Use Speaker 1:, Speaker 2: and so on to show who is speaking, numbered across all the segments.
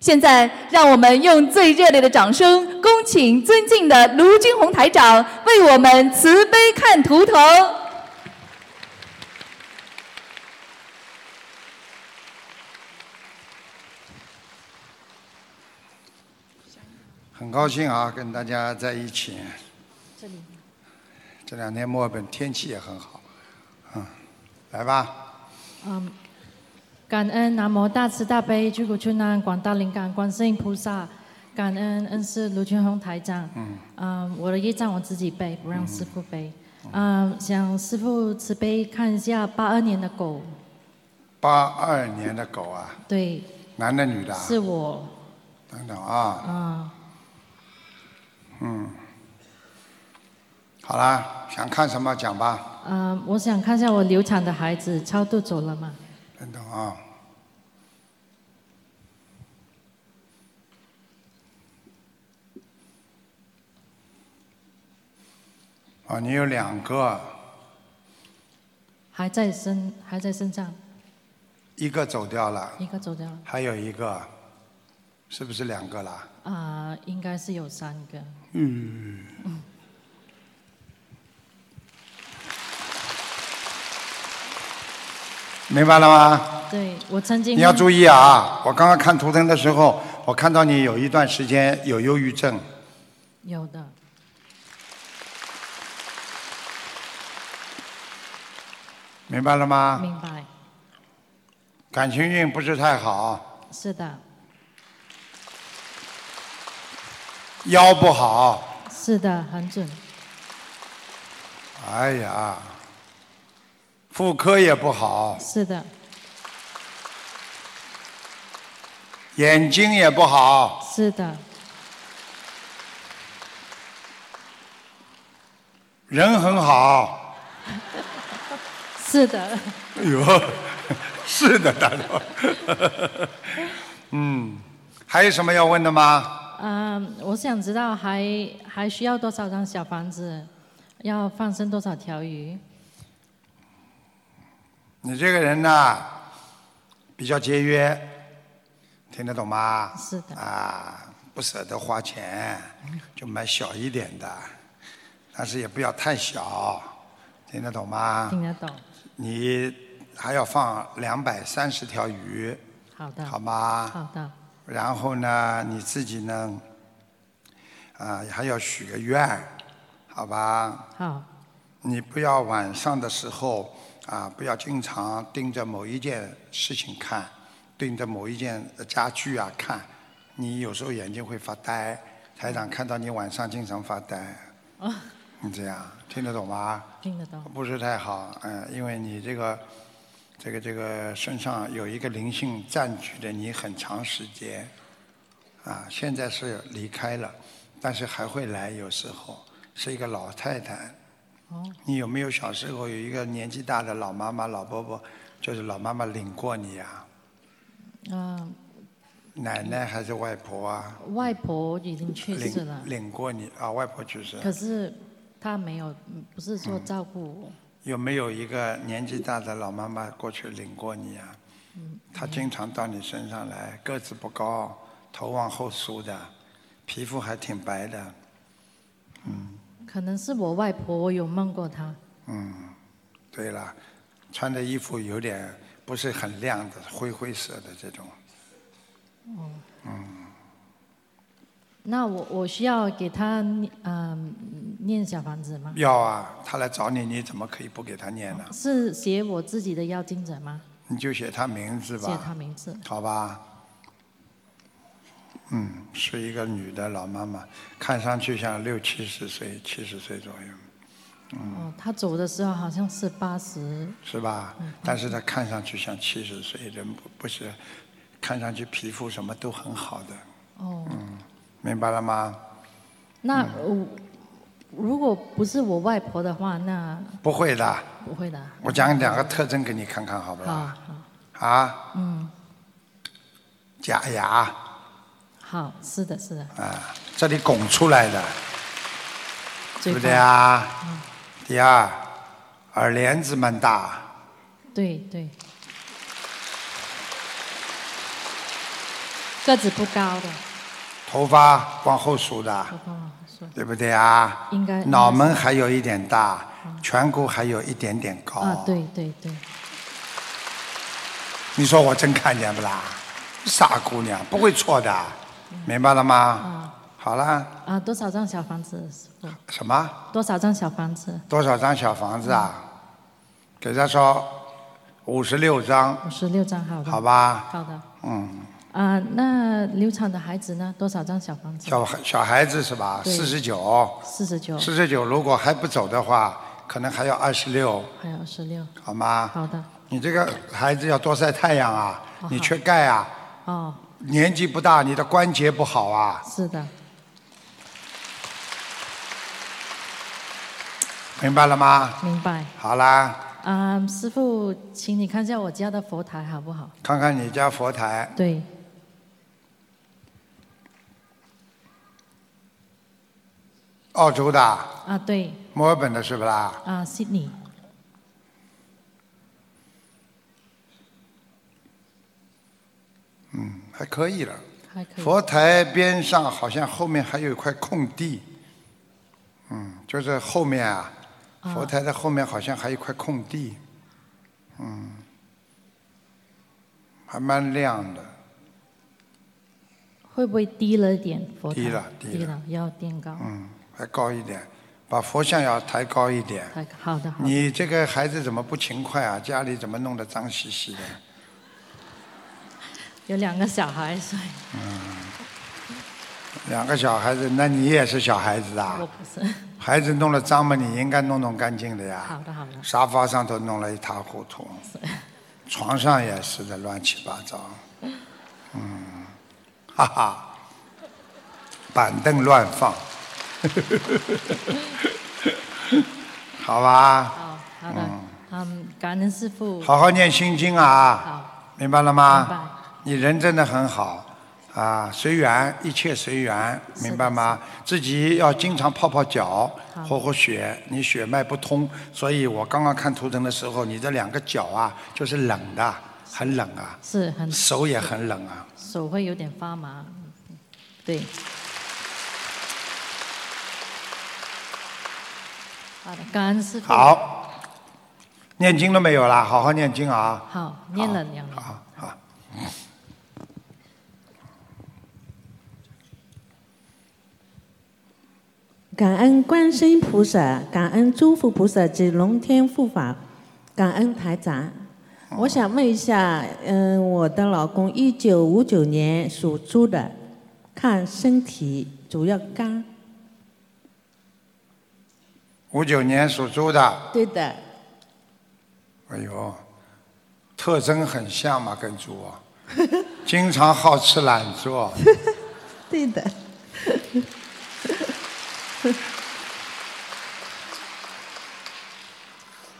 Speaker 1: 现在，让我们用最热烈的掌声，恭请尊敬的卢军红台长为我们慈悲看图腾。
Speaker 2: 很高兴啊，跟大家在一起。这两天墨尔本天气也很好，嗯，来吧，
Speaker 3: 嗯，感恩南无大慈大悲救苦救难广大灵感观世音菩萨，感恩恩师卢俊宏台长。嗯，我的业障我自己背，不让师傅背。嗯，想师傅慈悲看一下八二年的狗，
Speaker 2: 八二年的狗啊，
Speaker 3: 对，
Speaker 2: 男的女的、啊？
Speaker 3: 是我。
Speaker 2: 等等啊，
Speaker 3: 嗯，
Speaker 2: 嗯，好啦，想看什么讲吧，
Speaker 3: 嗯，我想看一下我流产的孩子超度走了吗？
Speaker 2: 等等啊。啊，你有两个，
Speaker 3: 还在身，还在身上，
Speaker 2: 一个走掉了，
Speaker 3: 一个走掉了。
Speaker 2: 还有一个，是不是两个啦？
Speaker 3: 啊、应该是有三个。
Speaker 2: 嗯。明白了吗？
Speaker 3: 对，我曾经
Speaker 2: 你要注意啊！我刚刚看图腾的时候，我看到你有一段时间有忧郁症，
Speaker 3: 有的，
Speaker 2: 明白了吗？
Speaker 3: 明白，
Speaker 2: 感情运不是太好，
Speaker 3: 是的，
Speaker 2: 腰不好，
Speaker 3: 是的，很准，
Speaker 2: 哎呀，妇科也不好，
Speaker 3: 是的，
Speaker 2: 眼睛也不好，
Speaker 3: 是的，
Speaker 2: 人很好。
Speaker 3: 是的，
Speaker 2: 哎呦， 是的，大佬。 嗯，还有什么要问的吗？
Speaker 3: 嗯，我想知道还还需要多少张小房子，要放生多少条鱼？
Speaker 2: 你这个人呐，比较节约，听得懂吗？
Speaker 3: 是的。
Speaker 2: 啊，不舍得花钱，就买小一点的，但是也不要太小，听得懂吗？
Speaker 3: 听得懂？
Speaker 2: 你还要放两百三十条鱼，
Speaker 3: 好的，
Speaker 2: 好吗？
Speaker 3: 好的，
Speaker 2: 然后呢，你自己呢，啊、还要许个愿，好吧？
Speaker 3: 好，
Speaker 2: 你不要晚上的时候啊、不要经常盯着某一件事情看，盯着某一件家具啊看，你有时候眼睛会发呆。台长看到你晚上经常发呆，
Speaker 3: 哦，
Speaker 2: 你这样听得懂吗？
Speaker 3: 听得懂，
Speaker 2: 不是太好，嗯、因为你这个。这个这个身上有一个灵性占据了你很长时间，啊，现在是离开了，但是还会来，有时候是一个老太太。
Speaker 3: 哦，
Speaker 2: 你有没有小时候有一个年纪大的老妈妈、老伯伯，就是老妈妈领过你啊？
Speaker 3: 嗯、
Speaker 2: 奶奶还是外婆啊？
Speaker 3: 外婆已经去世了
Speaker 2: 领，领过你啊，外婆去世了。
Speaker 3: 可是她没有，嗯不是说照顾我，
Speaker 2: 有没有一个年纪大的老妈妈过去领过你啊？她经常到你身上来，个子不高，头往后梳的，皮肤还挺白的。
Speaker 3: 可能是我外婆，我有梦过她，
Speaker 2: 嗯，对了，穿的衣服有点不是很亮的，灰灰色的这种。
Speaker 3: 哦
Speaker 2: 嗯
Speaker 3: 那我我需要给她念嗯、念小房子吗？
Speaker 2: 要啊，她来找你，你怎么可以不给她念呢？
Speaker 3: 是写我自己的要经者吗？
Speaker 2: 你就写她名字吧。
Speaker 3: 写她名字。
Speaker 2: 好吧？嗯，是一个女的老妈妈，看上去像六七十岁、七十岁左右，嗯
Speaker 3: 哦，她走的时候好像是八十，
Speaker 2: 是吧？但是她看上去像七十岁，人不不是，看上去皮肤什么都很好的，
Speaker 3: 哦，
Speaker 2: 嗯明白了吗？
Speaker 3: 那
Speaker 2: 嗯
Speaker 3: 我如果不是我外婆的话，那
Speaker 2: 不会的，
Speaker 3: 不会的。
Speaker 2: 我讲两个特征给你看看，好不
Speaker 3: 好，
Speaker 2: 好？
Speaker 3: 好，
Speaker 2: 啊，
Speaker 3: 嗯，
Speaker 2: 假牙
Speaker 3: 好，是的，是的，
Speaker 2: 啊，这里拱出来的，
Speaker 3: 嘴
Speaker 2: 对
Speaker 3: 巴
Speaker 2: 不对啊？第二，耳帘子蛮大。
Speaker 3: 对对，个子不高的，
Speaker 2: 头发往后梳的，对不对啊？
Speaker 3: 应该
Speaker 2: 脑门还有一点大，颧骨还有一点点高。
Speaker 3: 嗯啊，对对对，
Speaker 2: 你说我真看见不啦？傻姑娘，不会错的，
Speaker 3: 嗯
Speaker 2: 明白了吗？好啦，
Speaker 3: 啊，多少张小房子？师傅
Speaker 2: 什么？
Speaker 3: 多少张小房子？
Speaker 2: 多少张小房子啊？
Speaker 3: 嗯
Speaker 2: 给他说五十六张，
Speaker 3: 五十六张，好的。
Speaker 2: 好。吧？
Speaker 3: 好的。
Speaker 2: 嗯，
Speaker 3: 啊，那流产的孩子呢？多少张小房子？
Speaker 2: 小孩小孩子是吧？
Speaker 3: 对
Speaker 2: 四十九，
Speaker 3: 四十九，
Speaker 2: 四十九如果还不走的话，可能还要二十六，
Speaker 3: 还有十六。
Speaker 2: 好吗？
Speaker 3: 好的。
Speaker 2: 你这个孩子要多晒太阳啊，
Speaker 3: 好
Speaker 2: 你缺钙啊，
Speaker 3: 哦，
Speaker 2: 年纪不大，你的关节不好啊，
Speaker 3: 是的，
Speaker 2: 明白了吗？
Speaker 3: 明白。
Speaker 2: 好啦，
Speaker 3: 啊，师傅，请你看一下我家的佛台好不好？
Speaker 2: 看看你家佛台，
Speaker 3: 对，
Speaker 2: 澳洲的，
Speaker 3: 啊对，
Speaker 2: 墨尔本的是不啦？
Speaker 3: 啊悉尼，
Speaker 2: 嗯，还可以了。
Speaker 3: 还可以。
Speaker 2: 佛台边上好像后面还有一块空地，嗯，就是后面啊，
Speaker 3: 啊
Speaker 2: 佛台的后面好像还有一块空地，嗯，还蛮亮的。
Speaker 3: 会不会低了一点？佛台
Speaker 2: 低了低了
Speaker 3: 低了，要垫高。
Speaker 2: 嗯，还高一点，把佛像要抬高一点。
Speaker 3: 太好的好的。
Speaker 2: 你这个孩子怎么不勤快啊？家里怎么弄得脏兮兮的？
Speaker 3: 有两个小孩，所以
Speaker 2: 嗯两个小孩子，那你也是小孩子
Speaker 3: 我
Speaker 2: 啊？
Speaker 3: 不是。
Speaker 2: 孩子弄了脏嘛，你应该弄弄干净的呀。
Speaker 3: 好的好的，
Speaker 2: 沙发上都弄了一塌糊涂，床上也是的，乱七八糟。嗯，哈哈，板凳乱 放，好吧？
Speaker 3: 好好的，嗯，感恩师傅。
Speaker 2: 好好念心经啊，
Speaker 3: 好，嗯
Speaker 2: 明白了
Speaker 3: 明
Speaker 2: 吗？
Speaker 3: 白。
Speaker 2: 你人真的很好啊，随缘，一切随缘，
Speaker 3: 是的
Speaker 2: 明白吗？自己要经常泡泡脚，
Speaker 3: 好
Speaker 2: 活活血，你血脉不通，所以我刚刚看图腾的时候，你的两个脚啊就是冷的，很冷啊，
Speaker 3: 是很
Speaker 2: 手也很冷啊。
Speaker 3: 手会有点发麻，嗯对。好的，感恩师傅。，
Speaker 2: 好，念经都没有啦，好好念经啊。
Speaker 3: 好，念了两年。
Speaker 2: 好好。
Speaker 4: 感恩观世音菩萨，感恩诸佛菩萨及龙天护法，感恩台长。我想问一下，嗯、我的老公一九五九年属猪的，看身体主要肝，
Speaker 2: 五九年属猪的，
Speaker 4: 对的，
Speaker 2: 哎呦，特征很像嘛，跟猪 啊，经常好吃懒做。
Speaker 4: 对的，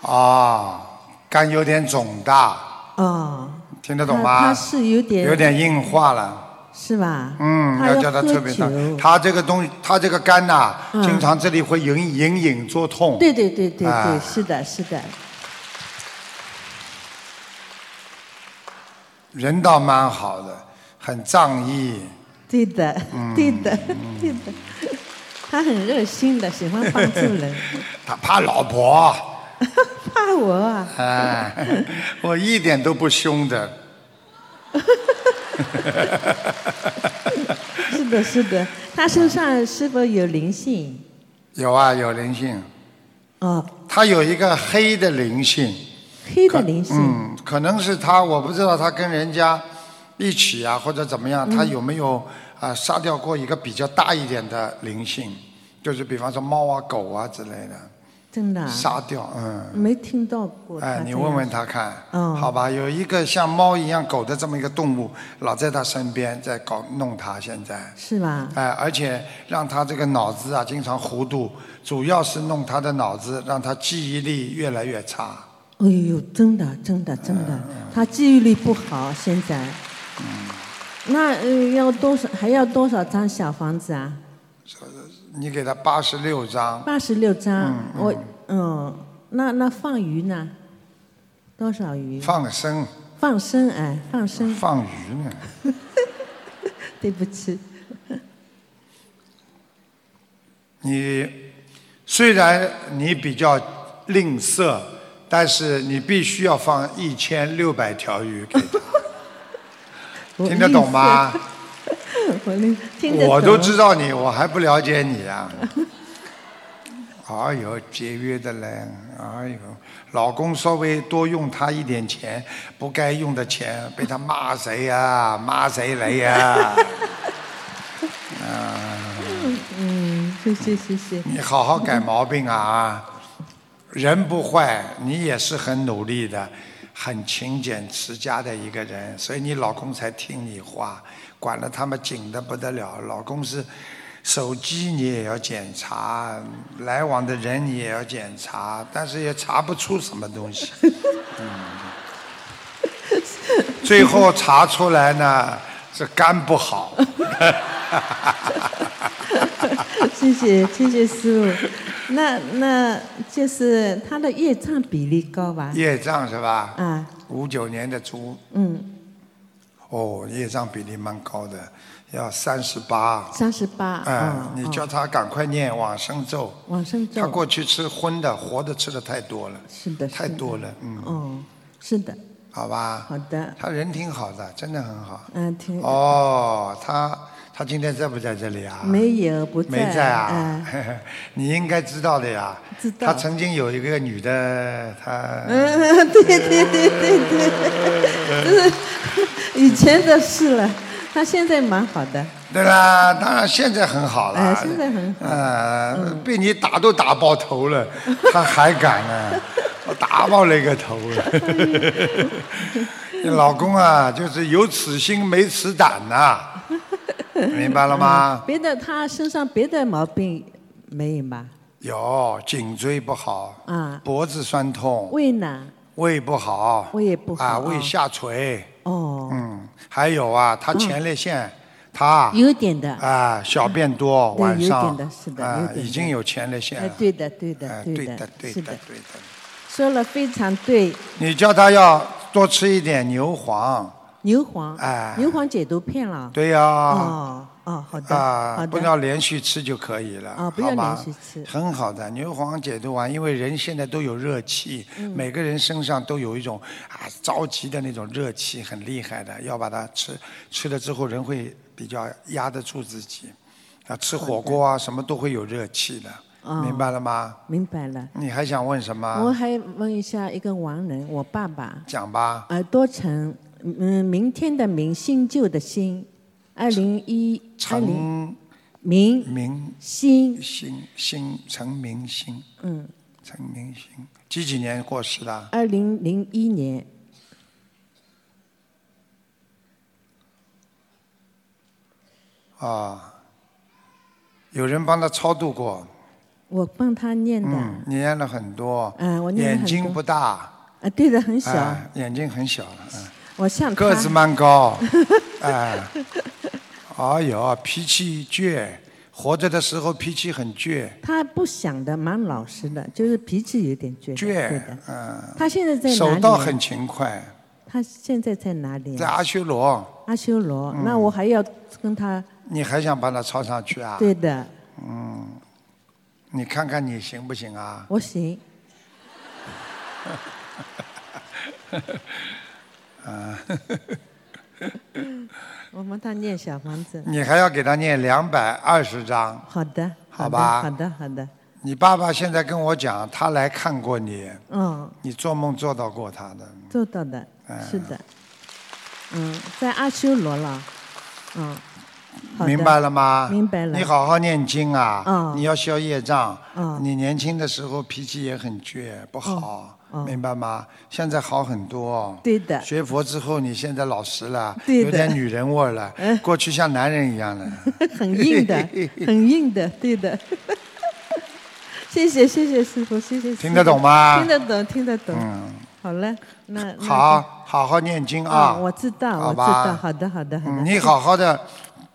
Speaker 2: 啊，肝有点肿大，
Speaker 4: 哦，
Speaker 2: 听得懂
Speaker 4: 他
Speaker 2: 吗
Speaker 4: 他？是有点
Speaker 2: 有点硬化了，
Speaker 4: 是吧？
Speaker 2: 嗯，
Speaker 4: 他
Speaker 2: 要叫他
Speaker 4: 喝
Speaker 2: 特别大
Speaker 4: 酒。
Speaker 2: 他这个东西，他这个肝呐、
Speaker 4: 嗯
Speaker 2: 经常这里会隐隐隐作痛。
Speaker 4: 对对对对对，
Speaker 2: 哦啊
Speaker 4: 是的，是的，
Speaker 2: 人倒蛮好的，很仗义，
Speaker 4: 对的，
Speaker 2: 嗯
Speaker 4: 对的，对的， 他很热心的，喜欢帮助人，
Speaker 2: 他怕老婆，
Speaker 4: 怕我啊。
Speaker 2: 哎，我一点都不凶的。
Speaker 4: 是的，是的，他身上是否有灵性？
Speaker 2: 有啊，有灵性，
Speaker 4: 哦，
Speaker 2: 他有一个黑的灵性。
Speaker 4: 黑的灵性。
Speaker 2: 嗯，可能是他，我不知道他跟人家一起啊，或者怎么样，
Speaker 4: 嗯
Speaker 2: 他有没有啊、杀掉过一个比较大一点的灵性，就是比方说猫啊、狗啊之类的，
Speaker 4: 真的啊、
Speaker 2: 杀掉，嗯，
Speaker 4: 没听到过。
Speaker 2: 哎，你问问。他看，
Speaker 4: 嗯
Speaker 2: 好吧，有一个像猫一样、狗的这么一个动物，老在他身边在搞弄他，现在，
Speaker 4: 是吧？
Speaker 2: 哎，而且让他这个脑子啊经常糊涂，主要是弄他的脑子，让他记忆力越来越差。
Speaker 4: 哎呦，真的，真的，啊真
Speaker 2: 嗯
Speaker 4: 的，他记忆力不好，现在。那、呃、要多少？还要多少张小房子啊？
Speaker 2: 你给他八十六张。
Speaker 4: 八十六张。
Speaker 2: 嗯
Speaker 4: 我嗯，那那放鱼呢？多少鱼？
Speaker 2: 放生，
Speaker 4: 放生哎，放生
Speaker 2: 放鱼呢？
Speaker 4: 对不起。
Speaker 2: 你虽然你比较吝啬，但是你必须要放一千六百条鱼给 他，听得懂吗？
Speaker 4: 我那听得懂。
Speaker 2: 我都知道你，我还不了解你啊！哎呦，节约的嘞！哎呦，老公稍微多用他一点钱，不该用的钱被他骂谁呀、骂谁来呀、
Speaker 4: 嗯，谢谢谢谢。
Speaker 2: 你好好改毛病啊！人不坏，你也是很努力的，很勤俭持家的一个人，所以你老公才听你话，管得他们紧的不得了。老公是手机你也要检查，来往的人你也要检查，但是也查不出什么东西。嗯，最后查出来呢是肝不好。
Speaker 4: 谢谢谢谢师傅。那那就是他的业障比例高吧？
Speaker 2: 业障是吧？
Speaker 4: 啊，
Speaker 2: 五九年的猪，
Speaker 4: 嗯，
Speaker 2: 哦，业障比例蛮高的，要三十八。
Speaker 4: 三十八。
Speaker 2: 嗯
Speaker 4: 哦，
Speaker 2: 你
Speaker 4: 哦
Speaker 2: 叫他赶快念往生咒。
Speaker 4: 往上
Speaker 2: 他
Speaker 4: 走。
Speaker 2: 过去吃荤的，活的吃的太多了，
Speaker 4: 是的，
Speaker 2: 太
Speaker 4: 是的
Speaker 2: 多了，嗯，
Speaker 4: 哦，是的，
Speaker 2: 好吧。
Speaker 4: 好的，
Speaker 2: 他人挺好的，真的很好。
Speaker 4: 嗯，挺
Speaker 2: 哦，他他今天在不在这里啊？
Speaker 4: 没有嗯不在，
Speaker 2: 没在啊
Speaker 4: 嗯，
Speaker 2: 你应该知道的呀。
Speaker 4: 知道
Speaker 2: 他曾经有一个女的， 他
Speaker 4: 嗯， 对对对对对，这是 以前的事了。他现在蛮好的，
Speaker 2: 对啦，当然现在很好了
Speaker 4: 哎，，现在很好。
Speaker 2: 呃，被你打都打爆头了，他还敢呢？我打爆了一个头了。你老公啊，就是有此心没此胆呐、明白了吗？
Speaker 4: 别的他身上别的毛病没有吧？
Speaker 2: 有颈椎不好，
Speaker 4: 啊
Speaker 2: 脖子酸痛，
Speaker 4: 胃呢？
Speaker 2: 胃不好，
Speaker 4: 胃也不好
Speaker 2: 啊，胃下垂，
Speaker 4: 哦，
Speaker 2: 嗯，还有啊，他前列腺，他
Speaker 4: 有点的。
Speaker 2: 嗯啊，小便多，
Speaker 4: 对
Speaker 2: 晚
Speaker 4: 有
Speaker 2: 上
Speaker 4: 点的是的有
Speaker 2: 啊
Speaker 4: 点，的
Speaker 2: 已经有前列腺
Speaker 4: 哎
Speaker 2: 了，，
Speaker 4: 对的，对
Speaker 2: 哎
Speaker 4: 的，
Speaker 2: 对
Speaker 4: 的
Speaker 2: 的，，对
Speaker 4: 是
Speaker 2: 的
Speaker 4: 的，，
Speaker 2: 对的。
Speaker 4: 说了非常对。
Speaker 2: 你叫他要多吃一点牛黄，
Speaker 4: 牛黄
Speaker 2: 哎，
Speaker 4: 牛黄解毒片了。
Speaker 2: 对呀、啊，
Speaker 4: 哦哦，好的，好
Speaker 2: 不
Speaker 4: 的，
Speaker 2: 要连续吃就可以了，
Speaker 4: 啊不要
Speaker 2: 好吗
Speaker 4: 连续吃
Speaker 2: 很好的牛黄解毒啊丸，因为人现在都有热气，
Speaker 4: 嗯
Speaker 2: 每个人身上都有一种啊着急的那种热气，很厉害的，要把它吃吃了之后，人会比较压得住自己，啊，吃火锅啊什么都会有热气的，
Speaker 4: 哦
Speaker 2: 明白了吗？
Speaker 4: 明白了。
Speaker 2: 你还想问什
Speaker 4: 我
Speaker 2: 么？
Speaker 4: 还问一下一个亡人，我爸爸，
Speaker 2: 讲吧，
Speaker 4: 耳朵陈，嗯，明天的明，新旧的新，二零一二
Speaker 2: 陈
Speaker 4: 零明
Speaker 2: 明
Speaker 4: 新
Speaker 2: 星星陈明星，
Speaker 4: 嗯，
Speaker 2: 陈明星几几年过世的啊？
Speaker 4: 二零零一年，
Speaker 2: 啊有人帮他超度过，
Speaker 4: 我帮他念的，
Speaker 2: 嗯，念了很多，
Speaker 4: 嗯我念了很
Speaker 2: 眼
Speaker 4: 多
Speaker 2: 睛不大，
Speaker 4: 啊，对的，很小，
Speaker 2: 啊，眼睛很小，嗯，
Speaker 4: 我像
Speaker 2: 个子
Speaker 4: 他，
Speaker 2: 蛮 高，哎，哎呦，脾气倔，活着的时候脾气很倔，
Speaker 4: 他不想的，蛮老实的，就是脾气有点倔的，对
Speaker 2: 倔
Speaker 4: 的。，
Speaker 2: 嗯，
Speaker 4: 他现在在哪
Speaker 2: 手
Speaker 4: 里？啊
Speaker 2: 倒很勤快，
Speaker 4: 他现在在哪里
Speaker 2: 在嗯
Speaker 4: 啊？
Speaker 2: 阿修罗，
Speaker 4: 阿修罗。那我还要跟他
Speaker 2: 你还想把他抄上去啊？嗯
Speaker 4: 对的，
Speaker 2: 你看看你行不行啊？
Speaker 4: 我行。
Speaker 2: 啊
Speaker 4: 我帮他念小房子。
Speaker 2: 你还要给他念两百二十章。
Speaker 4: 好的，
Speaker 2: 好
Speaker 4: 的
Speaker 2: 吧
Speaker 4: 好的，好的。
Speaker 2: 你爸爸现在跟我讲，他来看过你，
Speaker 4: 嗯，
Speaker 2: 你做梦做到过他的。
Speaker 4: 做到的，
Speaker 2: 哎
Speaker 4: 是的。嗯，在阿修罗了。嗯，好的
Speaker 2: 明白。了吗？
Speaker 4: 明白了
Speaker 2: 你好好念经啊，
Speaker 4: 嗯
Speaker 2: 你要消业障。
Speaker 4: 嗯
Speaker 2: 你年轻的时候脾气也很倔，不好，
Speaker 4: 嗯嗯
Speaker 2: 明白吗？现在好很多。哦
Speaker 4: 对的
Speaker 2: 学佛之后，你现在老实了，
Speaker 4: 对的嗯
Speaker 2: 有点女人味儿了，过去像男人一样 的。
Speaker 4: 很 硬的，很硬的，对的。 谢谢谢谢师傅，谢谢师傅。
Speaker 2: 听得懂吗嗯
Speaker 4: 听得懂，听得懂。好了，那那
Speaker 2: 好，好好念经
Speaker 4: 就
Speaker 2: 啊。
Speaker 4: 嗯我知道，我
Speaker 2: 好
Speaker 4: 知
Speaker 2: 吧
Speaker 4: 道，好的，好的，好
Speaker 2: 嗯
Speaker 4: 的。
Speaker 2: 你好好的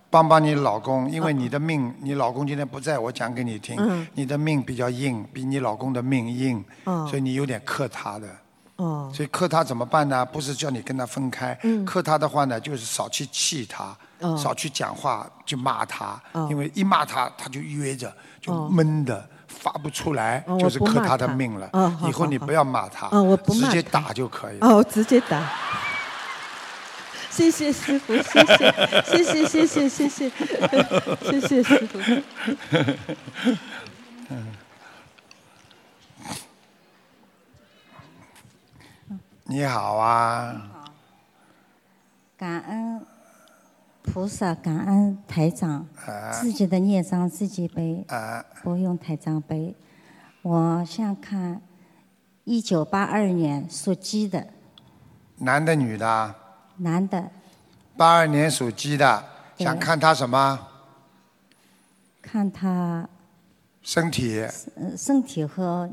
Speaker 2: 帮帮你老公，因为你的命，你老公今天不在，我讲给你听，
Speaker 4: 嗯
Speaker 2: 你的命比较硬，比你老公的命硬，
Speaker 4: 哦
Speaker 2: 所以你有点克他的。
Speaker 4: 哦，嗯
Speaker 2: 所以克他怎么办呢？不是叫你跟他分开，克他的话呢，就是少去气他，
Speaker 4: 哦
Speaker 2: 少去讲话，就骂他，
Speaker 4: 哦
Speaker 2: 因为一骂他他就噎着，就
Speaker 4: 哦
Speaker 2: 闷的。发不出来
Speaker 4: 哦
Speaker 2: 就是
Speaker 4: 我不
Speaker 2: 克
Speaker 4: 骂
Speaker 2: 他的
Speaker 4: 他
Speaker 2: 命了。
Speaker 4: 哦好
Speaker 2: 以后
Speaker 4: 好
Speaker 2: 你
Speaker 4: 好
Speaker 2: 不要骂他，
Speaker 4: 哦我不
Speaker 2: 直
Speaker 4: 骂
Speaker 2: 接
Speaker 4: 他
Speaker 2: 打就可以了。
Speaker 4: 哦，直接打。谢谢师傅，谢谢，谢谢，谢谢，谢谢，谢谢师傅。
Speaker 2: 你好啊，
Speaker 5: 感恩菩萨，感恩台长，
Speaker 2: 啊
Speaker 5: 自己的孽障自己背，不用台长背。我想看一九八二年属鸡的
Speaker 2: 男的女的啊？
Speaker 5: 男的，
Speaker 2: 八二年属鸡的，
Speaker 5: 对
Speaker 2: 想看他什么？
Speaker 5: 看他
Speaker 2: 身体。
Speaker 5: 呃身体和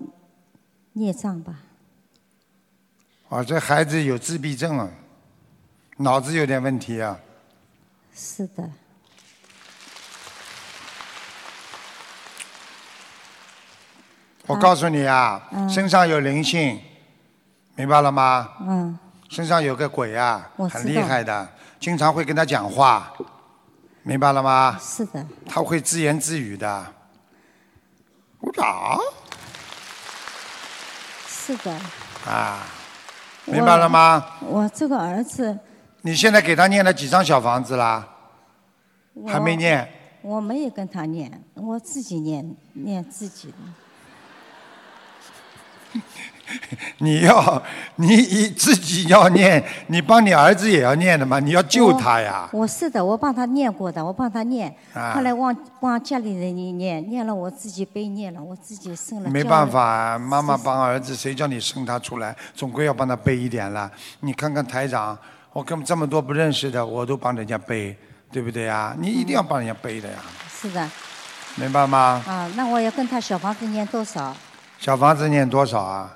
Speaker 5: 孽障吧。
Speaker 2: 哦，这孩子有自闭症啊，脑子有点问题啊。
Speaker 5: 是的，
Speaker 2: 我告诉你啊，身上有灵性，明白了吗？
Speaker 5: 嗯，
Speaker 2: 身上有个鬼啊
Speaker 5: 我，
Speaker 2: 很
Speaker 5: 知
Speaker 2: 厉
Speaker 5: 道
Speaker 2: 害的，经常会跟他讲话，明白了吗？
Speaker 5: 是的，
Speaker 2: 他会自言自语的。啊鼓掌
Speaker 5: 是的。
Speaker 2: 啊，明白了吗？
Speaker 5: 我这个儿子，
Speaker 2: 你现在给他念了几张小房子啦？
Speaker 5: 我
Speaker 2: 还没，念。
Speaker 5: 我没有跟他念，我自己念念自己的。
Speaker 2: 你要 你你自己要念，你帮你儿子也要念的嘛，你要救他呀。
Speaker 5: 我是的，我帮他念过的，我帮他念，
Speaker 2: 啊
Speaker 5: 后来忘忘家里人念，念了我自己背念了，我自己生了。
Speaker 2: 没
Speaker 5: 教
Speaker 2: 办
Speaker 5: 了
Speaker 2: 法，啊，妈妈帮儿子，谁叫你生他出来，总归要帮他背一点了。你看看台长，我跟这么多不认识的，我都帮人家背，对不对呀？你一定要帮人家背的呀，
Speaker 5: 是的，
Speaker 2: 明白吗？
Speaker 5: 啊，那我要跟他小房子念多少？啊
Speaker 2: 小房子念多少啊？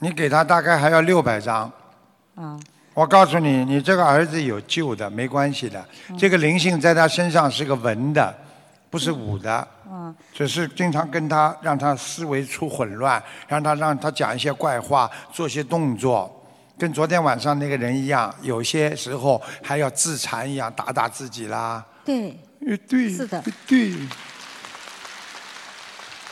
Speaker 2: 你给他大概还要六百张。
Speaker 5: 啊，
Speaker 2: 我告诉你，你这个儿子有救的，没关系的。这个灵性在他身上是个文的，不是武的。
Speaker 5: 啊，
Speaker 2: 只是经常跟他，让他思维出混乱，让他让他讲一些怪话，做些动作，跟昨天晚上那个人一样，有些时候还要自残一样，打打自己啦。
Speaker 5: 对，
Speaker 2: 呃，对，
Speaker 5: 是的
Speaker 2: 呃对。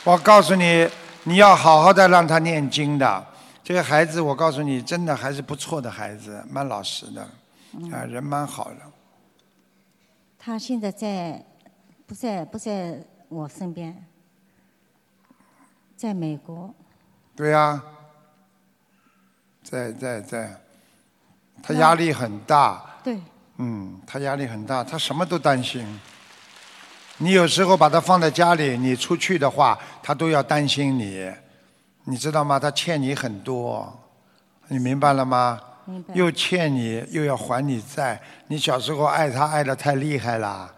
Speaker 2: 我告诉你，你要好好的让他念经的。这个孩子，我告诉你，真的还是不错的孩子，蛮老实的，啊，人蛮好的。
Speaker 5: 嗯他现在在，不在不在我身边，在美国，
Speaker 2: 对呀、在在在，他压力很大，
Speaker 5: 对，
Speaker 2: 嗯，他压力很大，他什么都担心。你有时候把他放在家里，你出去的话，他都要担心你，你知道吗？他欠你很多，你明白了吗？
Speaker 5: 明白。
Speaker 2: 又欠你，又要还你债。你小时候爱他爱的太厉害了，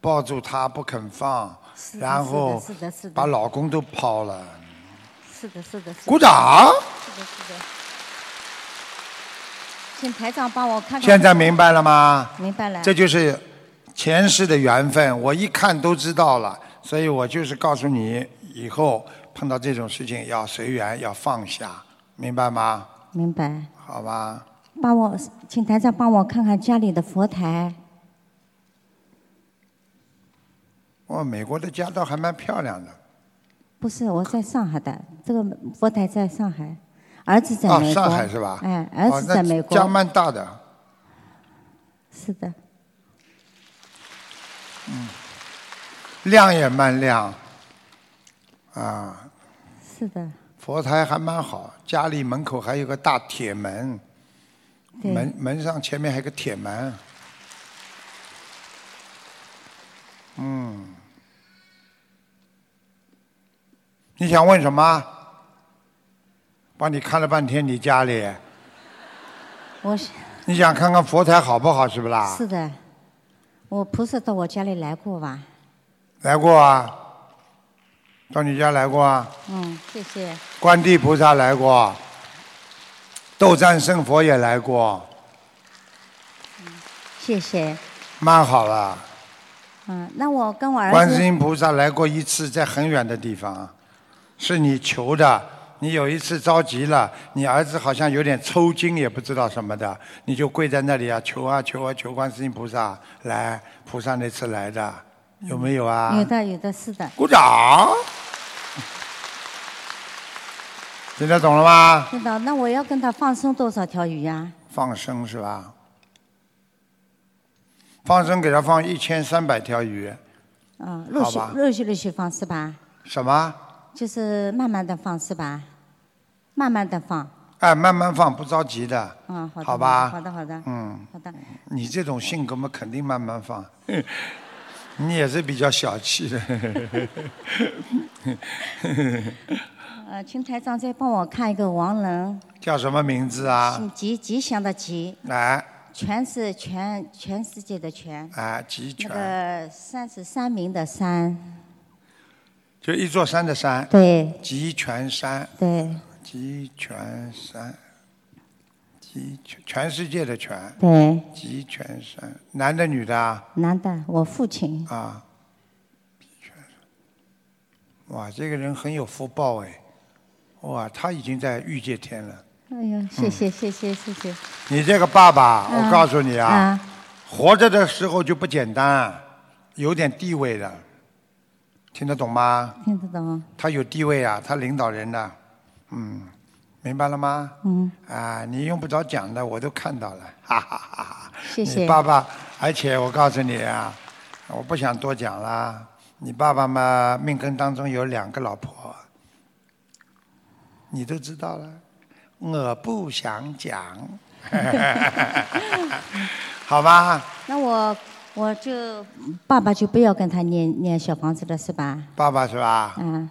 Speaker 2: 抱住他不肯放，
Speaker 5: 是的
Speaker 2: 然后
Speaker 5: 是的，是的，是
Speaker 2: 把
Speaker 5: 的，
Speaker 2: 老公都抛了。
Speaker 5: 是的，是的，是的
Speaker 2: 鼓，掌！
Speaker 5: 是的，是的。请台长帮我看看。
Speaker 2: 现在明白了吗？
Speaker 5: 明白了。
Speaker 2: 这就是前世的缘分，我一看都知道了，所以我就是告诉你，以后碰到这种事情要随缘，要放下，明白吗？
Speaker 5: 明白。
Speaker 2: 好吧，
Speaker 5: 帮我，请台长帮我看看家里的佛台。
Speaker 2: 哦，美国的家倒还蛮漂亮的，
Speaker 5: 不是，我在上海的，这个佛台在上海，儿子在
Speaker 2: 哦
Speaker 5: 美国。
Speaker 2: 上海是吧
Speaker 5: 哎，
Speaker 2: 哦
Speaker 5: 儿，子
Speaker 2: 那
Speaker 5: 在美国。
Speaker 2: 家蛮大的，
Speaker 5: 是的，
Speaker 2: 嗯亮也蛮亮，啊，
Speaker 5: 是的，
Speaker 2: 佛台还蛮好，家里门口还有个大铁门，
Speaker 5: 对
Speaker 2: 门门上前面还有个铁门，嗯，你想问什么？帮你看了半天你家里，
Speaker 5: 我是
Speaker 2: 你想看看佛台好不好是不啦？
Speaker 5: 是的，我菩萨到我家里来过吧？
Speaker 2: 来过啊，到你家来过啊，
Speaker 5: 嗯，谢谢。
Speaker 2: 观地菩萨来过，斗战胜佛也来过，
Speaker 5: 谢谢。
Speaker 2: 蛮好了。
Speaker 5: 嗯，那我跟我儿
Speaker 2: 观世
Speaker 5: 子
Speaker 2: 啊音菩萨来过一次，在很远的地方，是你求的，你有一次着急了，你儿子好像有点抽筋，也不知道什么的，你就跪在那里啊，求啊求啊求观世音菩萨来，菩萨那次来的，有没有啊？
Speaker 5: 有的有的是的，
Speaker 2: 鼓掌！听得懂了吗？
Speaker 5: 知道。那我要跟他放生多少条鱼啊呀、
Speaker 2: 放生是吧？放生给他放一千三百条鱼，
Speaker 5: 啊？陆续
Speaker 2: 好吧
Speaker 5: 陆续陆续放是吧？
Speaker 2: 什么？
Speaker 5: 就是慢慢的放是吧？慢慢的放，
Speaker 2: 哎，慢慢放，不着急的。
Speaker 5: 嗯，好的，
Speaker 2: 好吧
Speaker 5: 好的好的，
Speaker 2: 嗯，
Speaker 5: 好的，
Speaker 2: 你这种性格嘛，肯定慢慢放。 你也是比较小气的。
Speaker 5: 呃，请台长再帮我看一个亡人，
Speaker 2: 叫什么名字啊？
Speaker 5: 姓吉吉祥的吉，
Speaker 2: 来，
Speaker 5: 全是全全世界的全，
Speaker 2: 哎，集权，
Speaker 5: 那个三十三名的三，
Speaker 2: 就一座山的山。
Speaker 5: 对
Speaker 2: 集权山，
Speaker 5: 对
Speaker 2: 集权山，集全全世界的全，
Speaker 5: 对，
Speaker 2: 集权山，男的女的啊？
Speaker 5: 男的，我父亲，
Speaker 2: 啊，哇，这个人很有福报哎，哇，他已经在欲界天了。
Speaker 5: 哎呀，谢谢谢谢谢谢，
Speaker 2: 你这个爸爸，我
Speaker 5: 嗯
Speaker 2: 告诉你嗯啊，
Speaker 5: 啊，
Speaker 2: 活着的时候就不简单，有点地位的，听得懂吗？
Speaker 5: 听得懂，
Speaker 2: 他有地位啊，他领导人呢、嗯，明白了吗？
Speaker 5: 嗯，
Speaker 2: 啊，你用不着讲的，我都看到了，哈哈哈哈。
Speaker 5: 谢谢
Speaker 2: 你，爸爸，而且我告诉你啊，我不想多讲啦。你爸爸嘛，命根当中有两个老婆，你都知道了，我不想 讲， 好吧？
Speaker 5: 那我我就爸爸就不要跟他念念小房子了是吧？
Speaker 2: 爸爸是吧？
Speaker 5: 啊，
Speaker 2: 嗯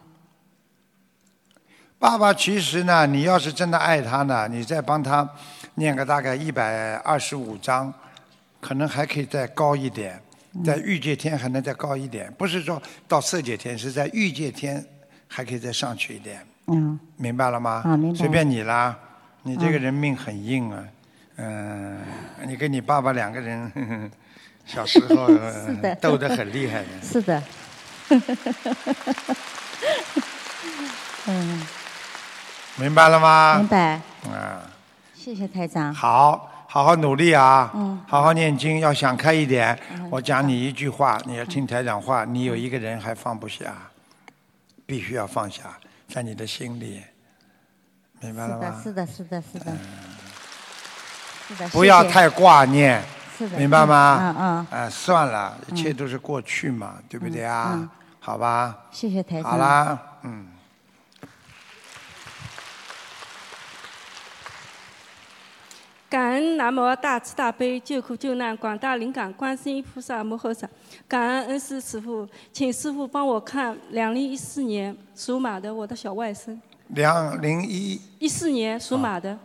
Speaker 2: 爸爸其实呢，你要是真的爱他呢，你再帮他念个大概一百二十五章，可能还可以再高一点，
Speaker 5: 嗯
Speaker 2: 在欲界天还能再高一点，不是说到色界天，是在欲界天还可以再上去一点，
Speaker 5: 嗯，
Speaker 2: 明白了吗？
Speaker 5: 啊明白
Speaker 2: 随便你啦，你这个人命很硬啊，嗯、你跟你爸爸两个人呵呵小时候 呃
Speaker 5: 是的
Speaker 2: 斗得很厉害的，
Speaker 5: 是的，
Speaker 2: 明白了吗？
Speaker 5: 嗯明白，
Speaker 2: 啊。
Speaker 5: 谢谢台长。
Speaker 2: 好，好好努力啊！
Speaker 5: 嗯
Speaker 2: 好好念经，要想开一点。我讲你一句话，你要听台长话，
Speaker 5: 嗯
Speaker 2: 你有一个人还放不下，必须要放下，在你的心里，明白了吗？
Speaker 5: 是的，是的，是的，是的，是的。
Speaker 2: 不要
Speaker 5: 谢谢
Speaker 2: 太挂念，
Speaker 5: 是的
Speaker 2: 明白吗？
Speaker 5: 嗯嗯，
Speaker 2: 啊，算了，一切都是过去嘛，对不对啊？好吧，
Speaker 5: 嗯谢谢台长。
Speaker 2: 好啦，嗯。
Speaker 6: 感恩南无大慈大悲救苦救难广大灵感观世音菩萨摩诃萨，感恩恩师师傅，请师傅帮我看两零一四年属马的我的小外甥，
Speaker 2: 两零一，
Speaker 6: 一四年属马的，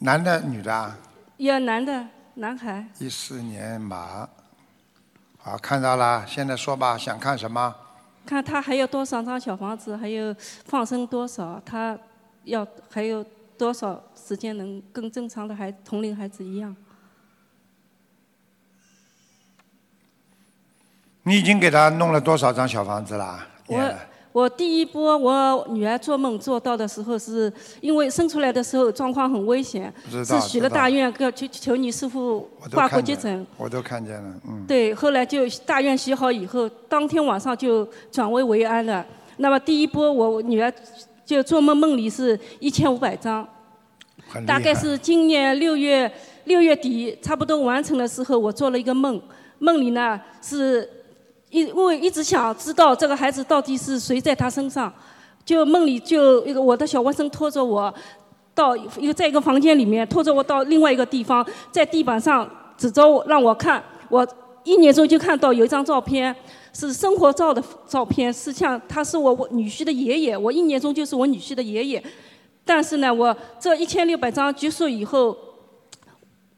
Speaker 2: 男的女的啊？
Speaker 6: 一个男的男孩，
Speaker 2: 一四年马，好，看到了，现在说吧，想看什么？
Speaker 6: 看他还有多少张小房子，还有放生多少，他要还有多少时间能跟正常的孩同龄孩子一样？
Speaker 2: 你已经给他弄了多少张小房子啦？念
Speaker 6: 我
Speaker 2: 了
Speaker 6: 我第一波我女儿做梦做到的时候是，因为生出来的时候状况很危险，
Speaker 2: 知道
Speaker 6: 是许了大愿要求求你师傅
Speaker 2: 我都
Speaker 6: 挂国
Speaker 2: 看
Speaker 6: 急
Speaker 2: 见
Speaker 6: 诊
Speaker 2: 了，。我都看见了，嗯，
Speaker 6: 对，后来就大愿许好以后，当天晚上就转危为安了。那么第一波我我女儿就做梦梦里是一千五百张，
Speaker 2: 很厉害。
Speaker 6: 大概是今年六月六月底差不多完成的时候，我做了一个梦，梦里呢是一因为一直想知道这个孩子到底是谁在他身上，就梦里就一个我的小外甥拖着我到一个在一个房间里面拖着我到另外一个地方，在地板上指着我让我看，我一年中就看到有一张照片。是生活照的照片，是像他是我我女婿的爷爷，我一年中就是我女婿的爷爷，但是呢，我这一千六百张结束以后，